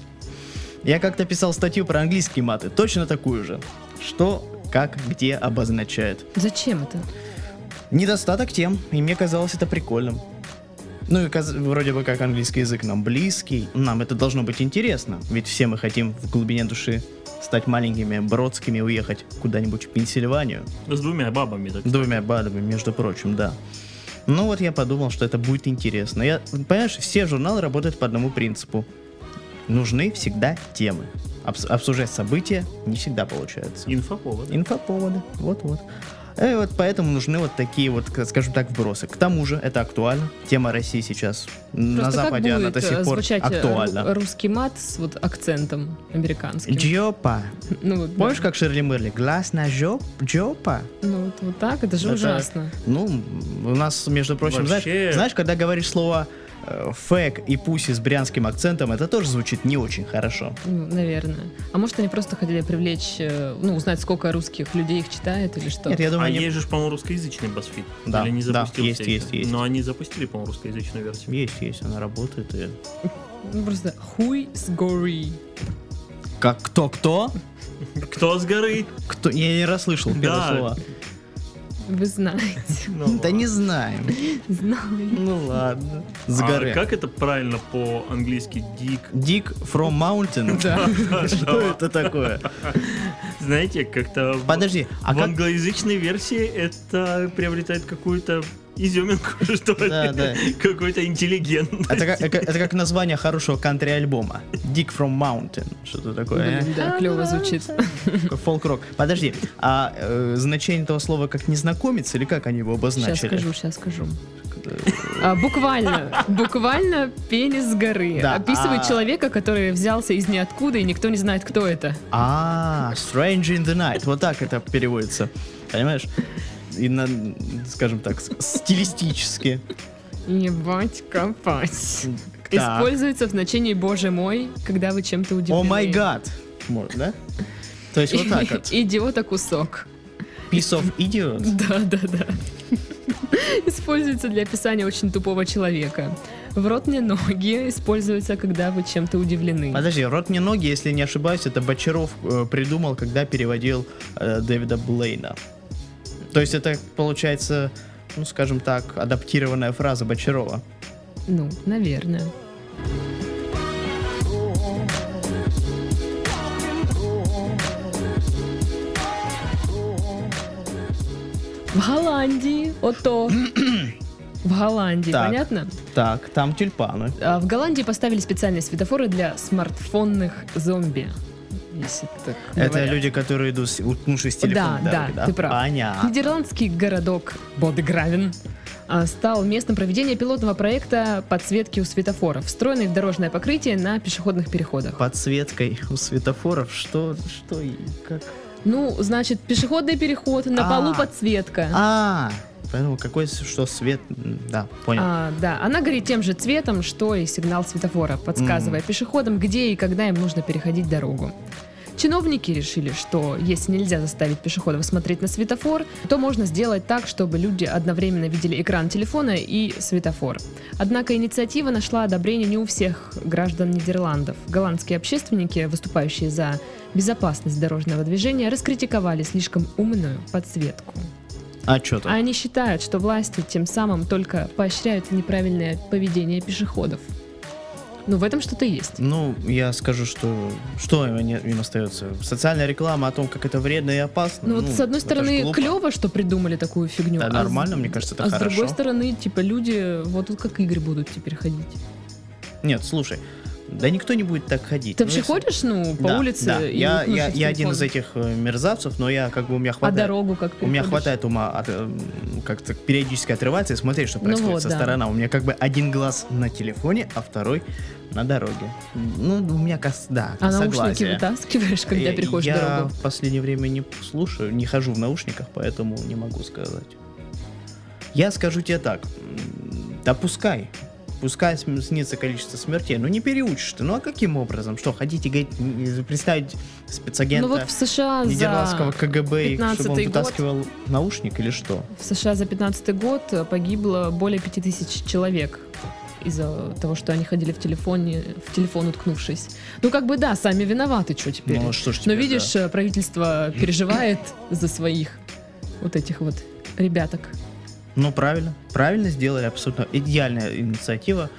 Speaker 1: Я как-то писал статью про английские маты, точно такую же. Что, как, где обозначает.
Speaker 3: Зачем это?
Speaker 1: Недостаток тем, и мне казалось это прикольным. Ну и каз- вроде бы как английский язык нам близкий, нам это должно быть интересно, ведь все мы хотим в глубине души стать маленькими бродскими и уехать куда-нибудь в Пенсильванию.
Speaker 2: С двумя бабами так.
Speaker 1: Двумя бадами, между прочим, да. Ну вот я подумал, что это будет интересно. Я, понимаешь, все журналы работают по одному принципу. Нужны всегда темы. Обс- обсуждать события не всегда получается.
Speaker 2: Инфоповод.
Speaker 1: Инфоповоды, вот-вот. И вот поэтому нужны вот такие вот, к- скажем так, вбросы. К тому же, это актуально. Тема России сейчас на
Speaker 3: Просто
Speaker 1: Западе
Speaker 3: как
Speaker 1: она
Speaker 3: будет
Speaker 1: до сих
Speaker 3: э,
Speaker 1: пор
Speaker 3: звучать э, ру-
Speaker 1: актуальна.
Speaker 3: русский мат с вот акцентом американским?
Speaker 1: Джопа.
Speaker 3: Ну, вот, да.
Speaker 1: Помнишь, как Ширли Мерли? Глаз на жоп, джопа.
Speaker 3: Ну, вот, вот так, это же
Speaker 1: Это-
Speaker 3: ужасно.
Speaker 1: Ну, м, у нас, между прочим, знаешь-
Speaker 2: Вообще.
Speaker 1: знаешь, когда говоришь слово э, фэк и пуси с брянским акцентом, это тоже звучит не очень хорошо.
Speaker 3: Ну, наверное. А может, они просто хотели привлечь, э, ну, узнать, сколько русских людей их читает или что?
Speaker 1: Нет, я думаю,
Speaker 2: а
Speaker 1: они-
Speaker 2: есть же, по-моему, русскоязычный BuzzFeed.
Speaker 1: Да,
Speaker 2: Или не
Speaker 1: да,
Speaker 2: запустился
Speaker 1: есть,
Speaker 2: еще?
Speaker 1: есть, есть.
Speaker 2: Но они запустили, по-моему, русскоязычную версию.
Speaker 1: есть, есть, она работает. и-
Speaker 3: Ну, просто хуй с горы.
Speaker 1: Как кто кто?
Speaker 2: Кто с горы?
Speaker 1: Кто? Я не расслышал первое
Speaker 2: Да. ну
Speaker 1: слово.
Speaker 3: Вы знаете.
Speaker 1: Да не знаем.
Speaker 3: Знаю.
Speaker 1: Ну ладно. С
Speaker 2: А
Speaker 1: горы.
Speaker 2: как это правильно по-английски? Дик.
Speaker 1: Dick from mountain. Что это такое?
Speaker 2: Знаете, как-то в-
Speaker 1: Подожди, а
Speaker 2: в
Speaker 1: как?
Speaker 2: англоязычной версии это приобретает какую-то изюминку, что ли?
Speaker 1: Да, да.
Speaker 2: Какой-то интеллигент.
Speaker 1: Это как, это как название хорошего кантри-альбома. Dick from Mountain. Что-то такое. э?
Speaker 2: Ну,
Speaker 3: Блин, да, клево звучит.
Speaker 1: Фолк-рок. Подожди, а э, значение этого слова как незнакомец или как они его
Speaker 3: Сейчас
Speaker 1: обозначили?
Speaker 3: скажу, сейчас скажу. А, буквально, буквально пенис с горы.
Speaker 1: Да,
Speaker 3: Описывает
Speaker 1: а-
Speaker 3: человека, который взялся из ниоткуда, и никто не знает, кто это.
Speaker 1: А, Strange in the Night. Вот так это переводится. Понимаешь? И на, скажем так, с- стилистически.
Speaker 3: Ебать копать.
Speaker 1: Так.
Speaker 3: Используется в значении «боже мой», когда вы чем-то удивлены.
Speaker 1: О май гад. Может, да? То есть вот так вот.
Speaker 3: Идиота кусок.
Speaker 1: Piece of idiot.
Speaker 3: Да, да, да. Используется для описания очень тупого человека. В рот мне ноги используется, когда вы чем-то удивлены.
Speaker 1: Подожди, рот не ноги, если не ошибаюсь, это Бочаров э, придумал, когда переводил э, Дэвида Блейна. То есть это получается, ну скажем так, адаптированная фраза Бочарова.
Speaker 3: Ну, наверное. В Голландии, ото. В Голландии,
Speaker 1: Так.
Speaker 3: понятно?
Speaker 1: Так, там тюльпаны.
Speaker 3: А В Голландии поставили специальные светофоры для смартфонных зомби. Если так
Speaker 1: Это
Speaker 3: говорят.
Speaker 1: люди, которые идут, с- ну, уткнувшись в
Speaker 3: Да,
Speaker 1: телефон.
Speaker 3: да, ты прав.
Speaker 1: Понятно.
Speaker 3: Нидерландский городок Бодегравен а, стал местом проведения пилотного проекта подсветки у светофоров, встроенной в дорожное покрытие на пешеходных переходах.
Speaker 1: Подсветкой а у светофоров, что, что и как?
Speaker 3: Ну, значит, пешеходный переход, на
Speaker 1: А.
Speaker 3: полу подсветка.
Speaker 1: А, поэтому какой, с- что свет, м, да, понял.
Speaker 3: А, да, она горит тем же цветом, что и сигнал светофора, подсказывая пешеходам, где и когда им нужно переходить дорогу. Чиновники решили, что если нельзя заставить пешеходов смотреть на светофор, то можно сделать так, чтобы люди одновременно видели экран телефона и светофор. Однако инициатива нашла одобрение не у всех граждан Нидерландов. Голландские общественники, выступающие за безопасность дорожного движения, раскритиковали слишком умную подсветку.
Speaker 1: А что
Speaker 3: А
Speaker 1: там?
Speaker 3: они считают, что власти тем самым только поощряют неправильное поведение пешеходов. Ну, в этом что-то есть.
Speaker 1: Ну, я скажу, что что им, не- им остается? Социальная реклама о том, как это вредно и опасно.
Speaker 3: Ну, вот с одной
Speaker 1: это ж
Speaker 3: стороны,
Speaker 1: глупо.
Speaker 3: клево, что придумали такую фигню.
Speaker 1: Да,
Speaker 3: а с-
Speaker 1: нормально, мне кажется, это
Speaker 3: А с
Speaker 1: хорошо.
Speaker 3: другой стороны, типа, люди вот тут как игры будут теперь ходить.
Speaker 1: Нет, слушай, да никто не будет так ходить.
Speaker 3: Ты
Speaker 1: Ну,
Speaker 3: вообще
Speaker 1: если-
Speaker 3: ходишь, ну, по
Speaker 1: Да,
Speaker 3: улице?
Speaker 1: да.
Speaker 3: и
Speaker 1: Я,
Speaker 3: уткнувшись
Speaker 1: я,
Speaker 3: в
Speaker 1: я один
Speaker 3: телефон?
Speaker 1: из этих э, мерзавцев, но я как бы у меня
Speaker 3: А
Speaker 1: хватает.
Speaker 3: дорогу как
Speaker 1: У меня
Speaker 3: переходишь?
Speaker 1: хватает ума от, э, как-то периодически отрываться и смотреть, что
Speaker 3: Ну
Speaker 1: происходит
Speaker 3: вот,
Speaker 1: со
Speaker 3: да.
Speaker 1: стороны. У меня как бы один глаз на телефоне, а второй на дороге. Ну, у меня кос... да,
Speaker 3: А наушники
Speaker 1: косоглазие.
Speaker 3: вытаскиваешь, когда
Speaker 1: Я-
Speaker 3: переходишь
Speaker 1: Э, я
Speaker 3: дорогу?
Speaker 1: в последнее время не слушаю, не хожу в наушниках, поэтому не могу сказать. Я скажу тебе так. м, Да пускай. Пускай см- снится количество смертей. Ну не переучишь ты. Ну а каким образом? Что, хотите говорить, м, представить спецагента
Speaker 3: Ну вот в США
Speaker 1: нидерландского
Speaker 3: за...
Speaker 1: КГБ, и чтобы он
Speaker 3: 15-й год.
Speaker 1: вытаскивал наушник или что?
Speaker 3: В США за 15 год э, погибло более 5000 человек из-за того, что они ходили в телефоне, в телефон уткнувшись. Ну, как бы да, сами виноваты, что теперь.
Speaker 1: Ну, что ж
Speaker 3: Но
Speaker 1: теперь,
Speaker 3: видишь, э, правительство переживает за своих вот этих вот ребяток.
Speaker 1: Ну, правильно. Правильно сделали, абсолютно идеальная инициатива.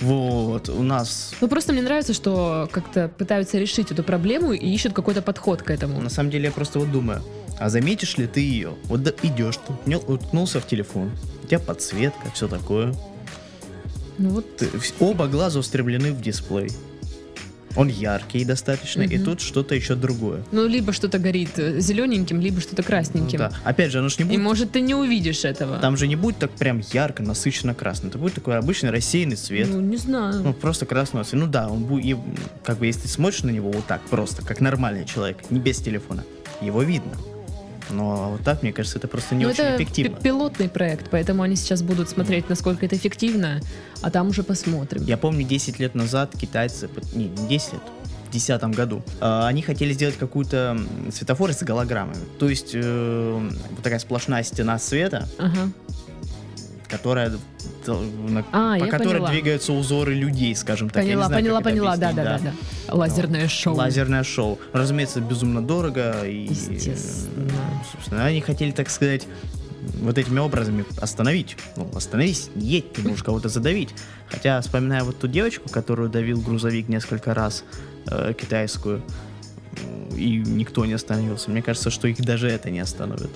Speaker 1: Вот, у нас
Speaker 3: Ну, просто мне нравится, что как-то пытаются решить эту проблему и ищут какой-то подход к этому.
Speaker 1: На самом деле я просто вот думаю, а заметишь ли ты ее? Вот да- идешь, ты уткнё- уткнулся в телефон, у тебя подсветка, все такое.
Speaker 3: Ну, вот
Speaker 1: Ты- вс- оба глаза устремлены в дисплей. Он яркий достаточно, и
Speaker 3: Мгм.
Speaker 1: тут что-то еще другое.
Speaker 3: ну, либо что-то горит э, зелененьким, либо что-то
Speaker 1: Ну
Speaker 3: красненьким.
Speaker 1: да. Опять же, оно ж не
Speaker 3: И
Speaker 1: будет,
Speaker 3: может ты не увидишь этого.
Speaker 1: там же не будет так прям ярко, насыщенно красным. Это будет такой обычный рассеянный цвет.
Speaker 3: Ну, не знаю.
Speaker 1: Ну, просто красного цвета. Ну да, он будет, и, как бы, если ты смотришь на него вот так просто, как нормальный человек, не без телефона, его видно. Но вот так, мне кажется, это просто не
Speaker 3: Ну,
Speaker 1: очень
Speaker 3: это
Speaker 1: эффективно.
Speaker 3: пи- пилотный проект, поэтому они сейчас будут смотреть, насколько это эффективно, а там уже посмотрим.
Speaker 1: Я помню, 10 лет назад китайцы, пот- не, не 10 лет, в 2010 году, э, они хотели сделать какую-то м, светофоры с голограммами. То есть э, вот такая сплошная стена света,
Speaker 3: Ага.
Speaker 1: которая, дол- на-
Speaker 3: А,
Speaker 1: по
Speaker 3: я
Speaker 1: которой
Speaker 3: поняла.
Speaker 1: двигаются узоры людей, скажем так. Я не
Speaker 3: поняла,
Speaker 1: знаю,
Speaker 3: поняла,
Speaker 1: как это
Speaker 3: поняла, да,
Speaker 1: объяснить, Ну,
Speaker 3: да, да, да. Лазерное шоу.
Speaker 1: Лазерное шоу. Разумеется, безумно дорого. И,
Speaker 3: Естественно.
Speaker 1: э, Собственно, они хотели, так сказать, вот этими образами остановить. Ну, остановись, не едь, ты можешь кого-то задавить. Хотя, вспоминая вот ту девочку, которую давил грузовик несколько раз, э, китайскую, э, и никто не остановился. Мне кажется, что их даже это не остановит.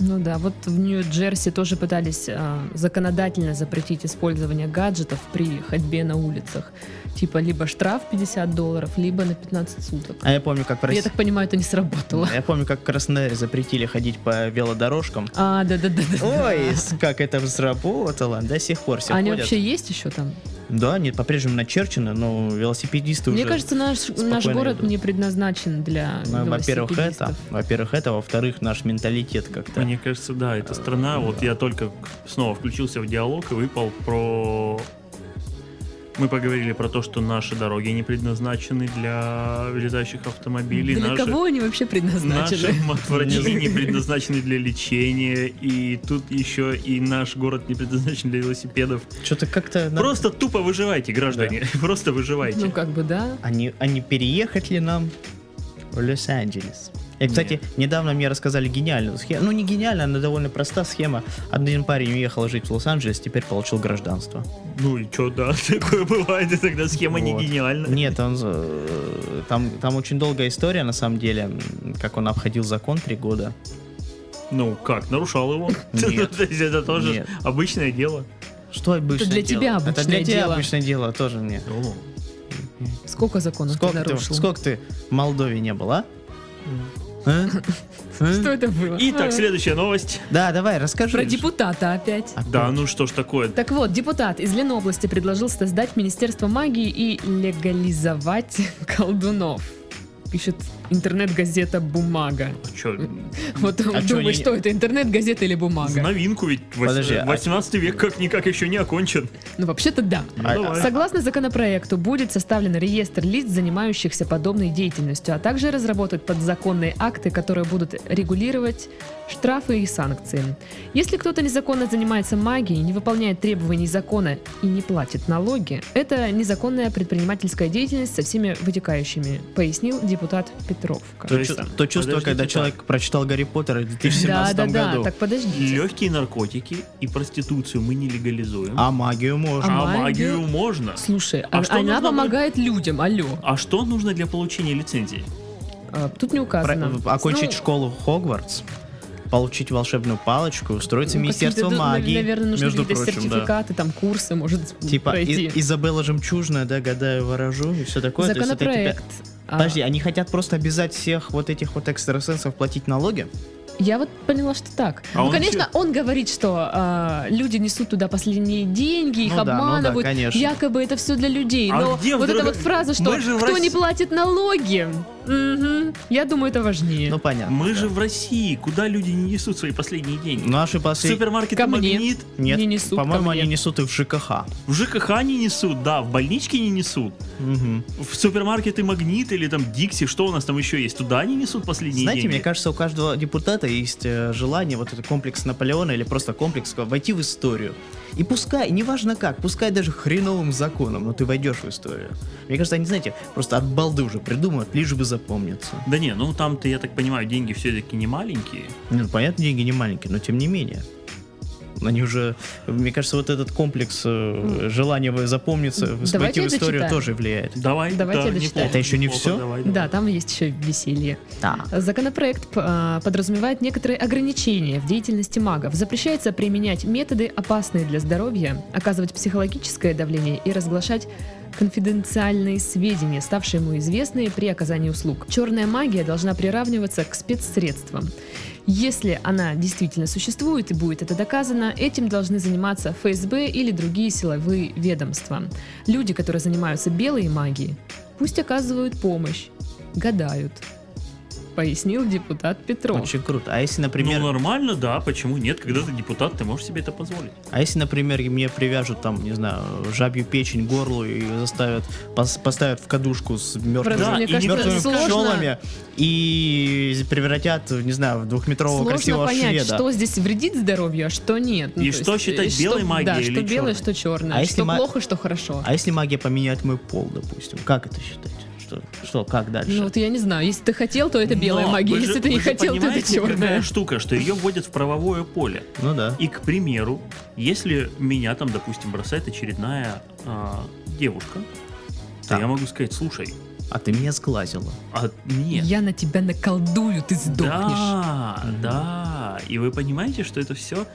Speaker 3: Ну да, вот в Нью-Джерси тоже пытались а, законодательно запретить использование гаджетов при ходьбе на улицах. Типа либо штраф 50 долларов, либо на 15 суток.
Speaker 1: А я помню, как в
Speaker 3: Я
Speaker 1: России...
Speaker 3: так понимаю, это не сработало.
Speaker 1: Я помню, как в Краснодаре запретили ходить по велодорожкам.
Speaker 3: А, да-да-да.
Speaker 1: Ой, с- как это сработало. До сих пор все
Speaker 3: Они
Speaker 1: ходят.
Speaker 3: вообще есть еще там?
Speaker 1: Да, нет, по-прежнему начерчено, но велосипедисты
Speaker 3: Мне
Speaker 1: уже...
Speaker 3: кажется, наш, наш
Speaker 1: спокойно
Speaker 3: город
Speaker 1: идут.
Speaker 3: не предназначен для
Speaker 1: Ну, во-первых, это.
Speaker 3: велосипедистов.
Speaker 1: Во-первых, это. Во-вторых, наш менталитет как-то...
Speaker 2: Мне кажется, да, эта
Speaker 1: Э,
Speaker 2: страна. Вот
Speaker 1: да.
Speaker 2: я только к- снова включился в диалог и выпал про Мы поговорили про то, что наши дороги не предназначены для летающих автомобилей.
Speaker 3: Для
Speaker 2: наши...
Speaker 3: кого они вообще
Speaker 2: Наши
Speaker 3: предназначены?
Speaker 2: м- врачи не предназначены для лечения, и тут еще и наш город не предназначен для велосипедов.
Speaker 1: Что-то как-то... на-
Speaker 2: Просто тупо выживайте, граждане. Просто
Speaker 3: Ну,
Speaker 2: выживайте.
Speaker 3: как бы, да.
Speaker 1: А не, а не переехать ли нам в Лос-Анджелес? И, кстати,
Speaker 2: Нет.
Speaker 1: недавно мне рассказали гениальную схему. Ну, не гениальная, она довольно проста схема. Один парень уехал жить в Лос-Анджелес, теперь получил гражданство.
Speaker 2: Ну и что, да, такое бывает, и тогда схема не
Speaker 1: Вот.
Speaker 2: гениальна.
Speaker 1: Нет, он, э, там, там очень долгая история, на самом деле, м, как он обходил закон три года.
Speaker 2: Ну как, нарушал его.
Speaker 1: Нет.
Speaker 2: То есть Это тоже
Speaker 1: Нет.
Speaker 2: обычное дело.
Speaker 1: Что обычное
Speaker 3: для
Speaker 1: дело?
Speaker 3: тебя
Speaker 1: Это
Speaker 3: обычное
Speaker 1: для тебя
Speaker 3: дело.
Speaker 1: обычное дело, тоже мне.
Speaker 3: Сколько законов Ну, ты
Speaker 1: Сколько ты,
Speaker 3: нарушил?
Speaker 1: сколько ты в Молдове не был, а? А? А?
Speaker 3: Что это было?
Speaker 2: Итак,
Speaker 3: А.
Speaker 2: следующая новость.
Speaker 1: Да, давай, расскажи. А,
Speaker 3: Про депутата опять.
Speaker 1: Опять.
Speaker 2: Да, ну что ж такое.
Speaker 3: Так вот, депутат из Ленобласти предложил создать Министерство магии и легализовать колдунов. Пишет интернет-газета «Бумага».
Speaker 2: ну Чё,
Speaker 3: Вот
Speaker 1: А чё
Speaker 3: думай,
Speaker 1: они-
Speaker 3: что это, интернет-газета или
Speaker 2: в
Speaker 3: бумага?
Speaker 2: новинку ведь
Speaker 1: Подожди,
Speaker 2: восьм-
Speaker 1: а-
Speaker 2: 18 век как-никак еще не окончен.
Speaker 3: Ну, вообще-то да.
Speaker 2: Ну,
Speaker 1: А-
Speaker 2: давай.
Speaker 3: Согласно законопроекту, будет составлен реестр лиц, занимающихся подобной деятельностью, а также разработать подзаконные акты, которые будут регулировать штрафы и санкции. Если кто-то незаконно занимается магией, не выполняет требований закона и не платит налоги, это незаконная предпринимательская деятельность со всеми вытекающими, пояснил депутат
Speaker 2: То
Speaker 3: Петровка.
Speaker 1: То,
Speaker 2: есть,
Speaker 1: чу-
Speaker 2: там,
Speaker 1: то чувство,
Speaker 2: подождите,
Speaker 1: когда
Speaker 2: так.
Speaker 1: человек прочитал Гарри Поттера в 2017
Speaker 3: да, да,
Speaker 1: году.
Speaker 3: так подождите.
Speaker 2: Легкие наркотики и проституцию мы не легализуем.
Speaker 1: А магию можно.
Speaker 3: А
Speaker 2: А
Speaker 3: магию-
Speaker 2: магию можно.
Speaker 3: Слушай,
Speaker 2: А
Speaker 3: а-
Speaker 2: что
Speaker 3: она
Speaker 2: нужно будет?
Speaker 3: помогает людям, алло.
Speaker 2: А что нужно для получения лицензии?
Speaker 3: А, Тут не
Speaker 1: Про- э,
Speaker 3: указано.
Speaker 1: окончить
Speaker 3: Ну,
Speaker 1: школу Хогвартс, получить волшебную палочку, устроиться в
Speaker 3: Ну,
Speaker 1: Министерство
Speaker 3: какие-то, ну,
Speaker 1: магии,
Speaker 3: Наверное, нужны
Speaker 1: между
Speaker 3: какие-то
Speaker 1: прочим, да.
Speaker 3: сертификаты, там курсы, может
Speaker 1: Типа
Speaker 3: пройти.
Speaker 1: И- Изабелла Жемчужная, да, гадаю, ворожу и все такое. То есть это тебя-
Speaker 3: Законопроект. а,
Speaker 1: Подожди, они хотят просто обязать всех вот этих вот экстрасенсов платить налоги?
Speaker 3: Я вот поняла, что так.
Speaker 2: А
Speaker 3: ну,
Speaker 2: он
Speaker 3: конечно,
Speaker 2: чё-
Speaker 3: он говорит, что а, люди несут туда последние деньги, их
Speaker 1: Ну да, ну да,
Speaker 3: обманывают.
Speaker 1: конечно.
Speaker 3: якобы это все для людей.
Speaker 2: А
Speaker 3: Но
Speaker 2: где
Speaker 3: вот эта
Speaker 2: вдруг-
Speaker 3: вот фраза, что
Speaker 2: Мы же в
Speaker 3: кто не
Speaker 2: России-
Speaker 3: платит налоги, мгм, я думаю, это важнее.
Speaker 1: Ну, понятно.
Speaker 2: Мы
Speaker 1: да.
Speaker 2: же в России, куда люди не несут свои последние деньги?
Speaker 1: Наши последние...
Speaker 2: Супермаркет
Speaker 3: Ну, Ко мне.
Speaker 2: Магнит,
Speaker 1: Нет,
Speaker 3: не несут ко
Speaker 1: по-моему,
Speaker 3: мне.
Speaker 1: они несут их в ЖКХ.
Speaker 2: в ЖКХ не несут, да, в больничке не несут,
Speaker 1: Мгм.
Speaker 2: в супермаркеты Магнит или там Дикси, что у нас там еще есть, туда они несут последние
Speaker 1: Знаете,
Speaker 2: деньги.
Speaker 1: мне кажется, у каждого депутата есть э, желание, вот этот комплекс Наполеона или просто комплекс, э, войти в историю. И пускай, неважно как, пускай даже хреновым законом, но ты войдешь в историю. Мне кажется, они, знаете, просто от балды уже придумывают, лишь бы запомниться.
Speaker 2: Да не, ну там-то, я так понимаю, деньги все-таки не маленькие.
Speaker 1: Ну, понятно, деньги не маленькие, но тем не менее. Они уже, мне кажется, вот этот комплекс э, желания вы- запомниться,
Speaker 3: Давайте
Speaker 1: войти в
Speaker 3: я
Speaker 1: историю
Speaker 3: дочитаю.
Speaker 1: тоже влияет.
Speaker 2: Давай,
Speaker 3: Давайте
Speaker 2: да,
Speaker 3: я дочитаю.
Speaker 2: неплохо,
Speaker 1: Это еще не
Speaker 2: неплохо,
Speaker 1: всё?
Speaker 2: давай,
Speaker 3: Да,
Speaker 2: давай.
Speaker 3: там есть еще веселье.
Speaker 1: Да.
Speaker 3: Законопроект а, подразумевает некоторые ограничения в деятельности магов. Запрещается применять методы, опасные для здоровья, оказывать психологическое давление и разглашать конфиденциальные сведения, ставшие ему известные при оказании услуг. Черная магия должна приравниваться к спецсредствам. Если она действительно существует и будет это доказано, этим должны заниматься ФСБ или другие силовые ведомства. Люди, которые занимаются белой магией, пусть оказывают помощь, гадают, пояснил депутат Петров.
Speaker 1: Очень круто. А если, например,
Speaker 2: Ну нормально, да, почему нет, когда ты депутат, ты можешь себе это позволить.
Speaker 1: А если, например, мне привяжут там, не знаю, жабью печень к горлу и заставят, пос- поставят в кадушку с мертвыми,
Speaker 3: Правда,
Speaker 2: Да,
Speaker 3: мне
Speaker 2: и
Speaker 3: кажется,
Speaker 2: мертвым
Speaker 3: сложно,
Speaker 1: пчелами и превратят, не знаю, в двухметрового
Speaker 3: сложно
Speaker 1: красивого
Speaker 3: понять,
Speaker 1: шведа.
Speaker 3: что здесь вредит здоровью, а что нет.
Speaker 2: И
Speaker 3: то
Speaker 2: что считать
Speaker 3: э,
Speaker 2: белой магией
Speaker 3: Да,
Speaker 2: или
Speaker 3: что
Speaker 2: черной?
Speaker 3: белое, что черное,
Speaker 1: А если
Speaker 3: что
Speaker 1: ма-
Speaker 3: плохо, что хорошо.
Speaker 1: А если магия поменяет мой пол, допустим, как это считать? Что, что как дальше?
Speaker 3: Ну вот я не знаю, если ты хотел, то это белая
Speaker 2: Но
Speaker 3: магия,
Speaker 2: вы
Speaker 3: если
Speaker 2: же-
Speaker 3: ты не
Speaker 2: вы же
Speaker 3: хотел, то это
Speaker 2: понимаете, какая
Speaker 3: черная.
Speaker 2: штука, что ее вводят в правовое поле.
Speaker 1: Ну да.
Speaker 2: И, к примеру, если меня там, допустим, бросает очередная а, девушка, то
Speaker 1: Так.
Speaker 2: я могу сказать, слушай,
Speaker 1: А ты меня сглазила.
Speaker 2: а нет.
Speaker 3: Я на тебя наколдую, ты сдохнешь.
Speaker 2: Да,
Speaker 1: Мгм.
Speaker 2: да. И вы понимаете, что это все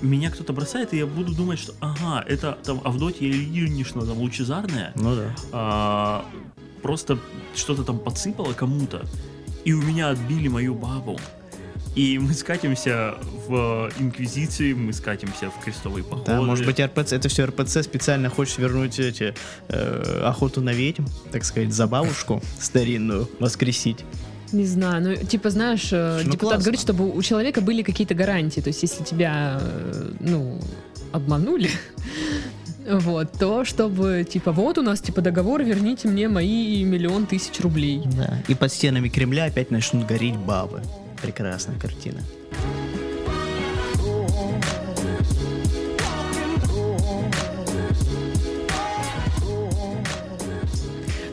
Speaker 2: меня кто-то бросает, и я буду думать, что ага, это там Авдотья Ильинична там лучезарная,
Speaker 1: Ну да.
Speaker 2: а, просто что-то там подсыпала кому-то, и у меня отбили мою бабу. И мы скатимся в Инквизиции, мы скатимся в крестовые походы.
Speaker 1: Да, может быть, РПЦ, это все РПЦ специально хочет вернуть эти э, охоту на ведьм, так сказать, за бабушку старинную воскресить.
Speaker 3: Не знаю, ну типа знаешь, э,
Speaker 1: Ну,
Speaker 3: депутат
Speaker 1: классно.
Speaker 3: говорит, чтобы у человека были какие-то гарантии. То есть если тебя, э, ну, обманули, вот, то чтобы, типа, вот у нас, типа, договор, верните мне мои миллион тысяч рублей.
Speaker 1: Да. И под стенами Кремля опять начнут гореть бабы. Прекрасная картина.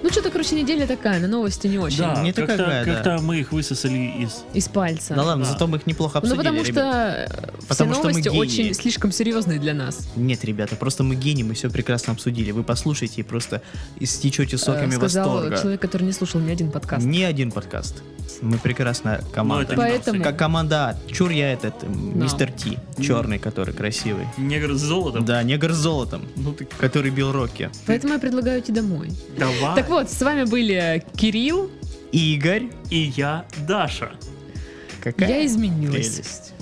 Speaker 3: Ну, что-то, короче, неделя такая, на новости не очень.
Speaker 2: Да,
Speaker 1: не
Speaker 2: как-то,
Speaker 1: такая, да.
Speaker 2: как-то мы их высосали из... ну,
Speaker 3: Из пальца.
Speaker 1: Да ладно,
Speaker 2: Да.
Speaker 1: зато мы их неплохо
Speaker 3: ну,
Speaker 1: обсудили,
Speaker 3: потому что
Speaker 1: ребят.
Speaker 3: э, все
Speaker 1: Потому что мы
Speaker 3: новости
Speaker 1: гении.
Speaker 3: очень слишком серьезные для нас. э,
Speaker 1: Нет, ребята, просто мы гений, мы все прекрасно обсудили. Вы послушайте и просто истечете соками
Speaker 3: Э, сказал
Speaker 1: восторга.
Speaker 3: человек, который не слушал ни один подкаст.
Speaker 1: Ни один подкаст. Мы прекрасная команда.
Speaker 2: Ну, это
Speaker 3: Поэтому-
Speaker 2: не
Speaker 1: Как команда А. Чур я этот, м,
Speaker 3: Да.
Speaker 1: мистер Ти, черный, который красивый.
Speaker 2: Негр с золотом.
Speaker 1: Да, негр с золотом,
Speaker 2: Ну ты
Speaker 1: который бил Рокки.
Speaker 3: Поэтому я предлагаю идти домой.
Speaker 1: А.
Speaker 2: давай.
Speaker 3: Так вот, с вами были Кирилл.
Speaker 1: Игорь,
Speaker 2: И я Даша.
Speaker 1: какая
Speaker 3: Я изменилась.
Speaker 1: прелесть.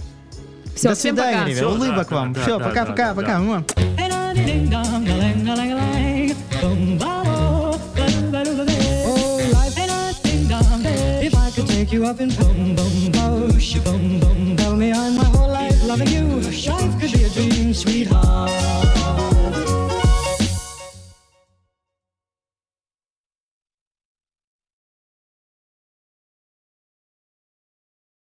Speaker 3: Все,
Speaker 1: До
Speaker 3: всем
Speaker 1: свидания,
Speaker 3: пока.
Speaker 1: ребят.
Speaker 2: Всё, да,
Speaker 1: Улыбок
Speaker 2: да,
Speaker 1: вам.
Speaker 2: да,
Speaker 1: Все,
Speaker 2: да,
Speaker 1: пока,
Speaker 2: да,
Speaker 1: пока,
Speaker 2: да,
Speaker 1: пока.
Speaker 2: да.
Speaker 1: Муа.
Speaker 4: Ding dong, ding dong, ding dong, Oh, life ain't a ding dong. If I could take you up in boom boom boosh, boom boom, tell me I'm my whole life loving you. Life could be a dream, sweetheart.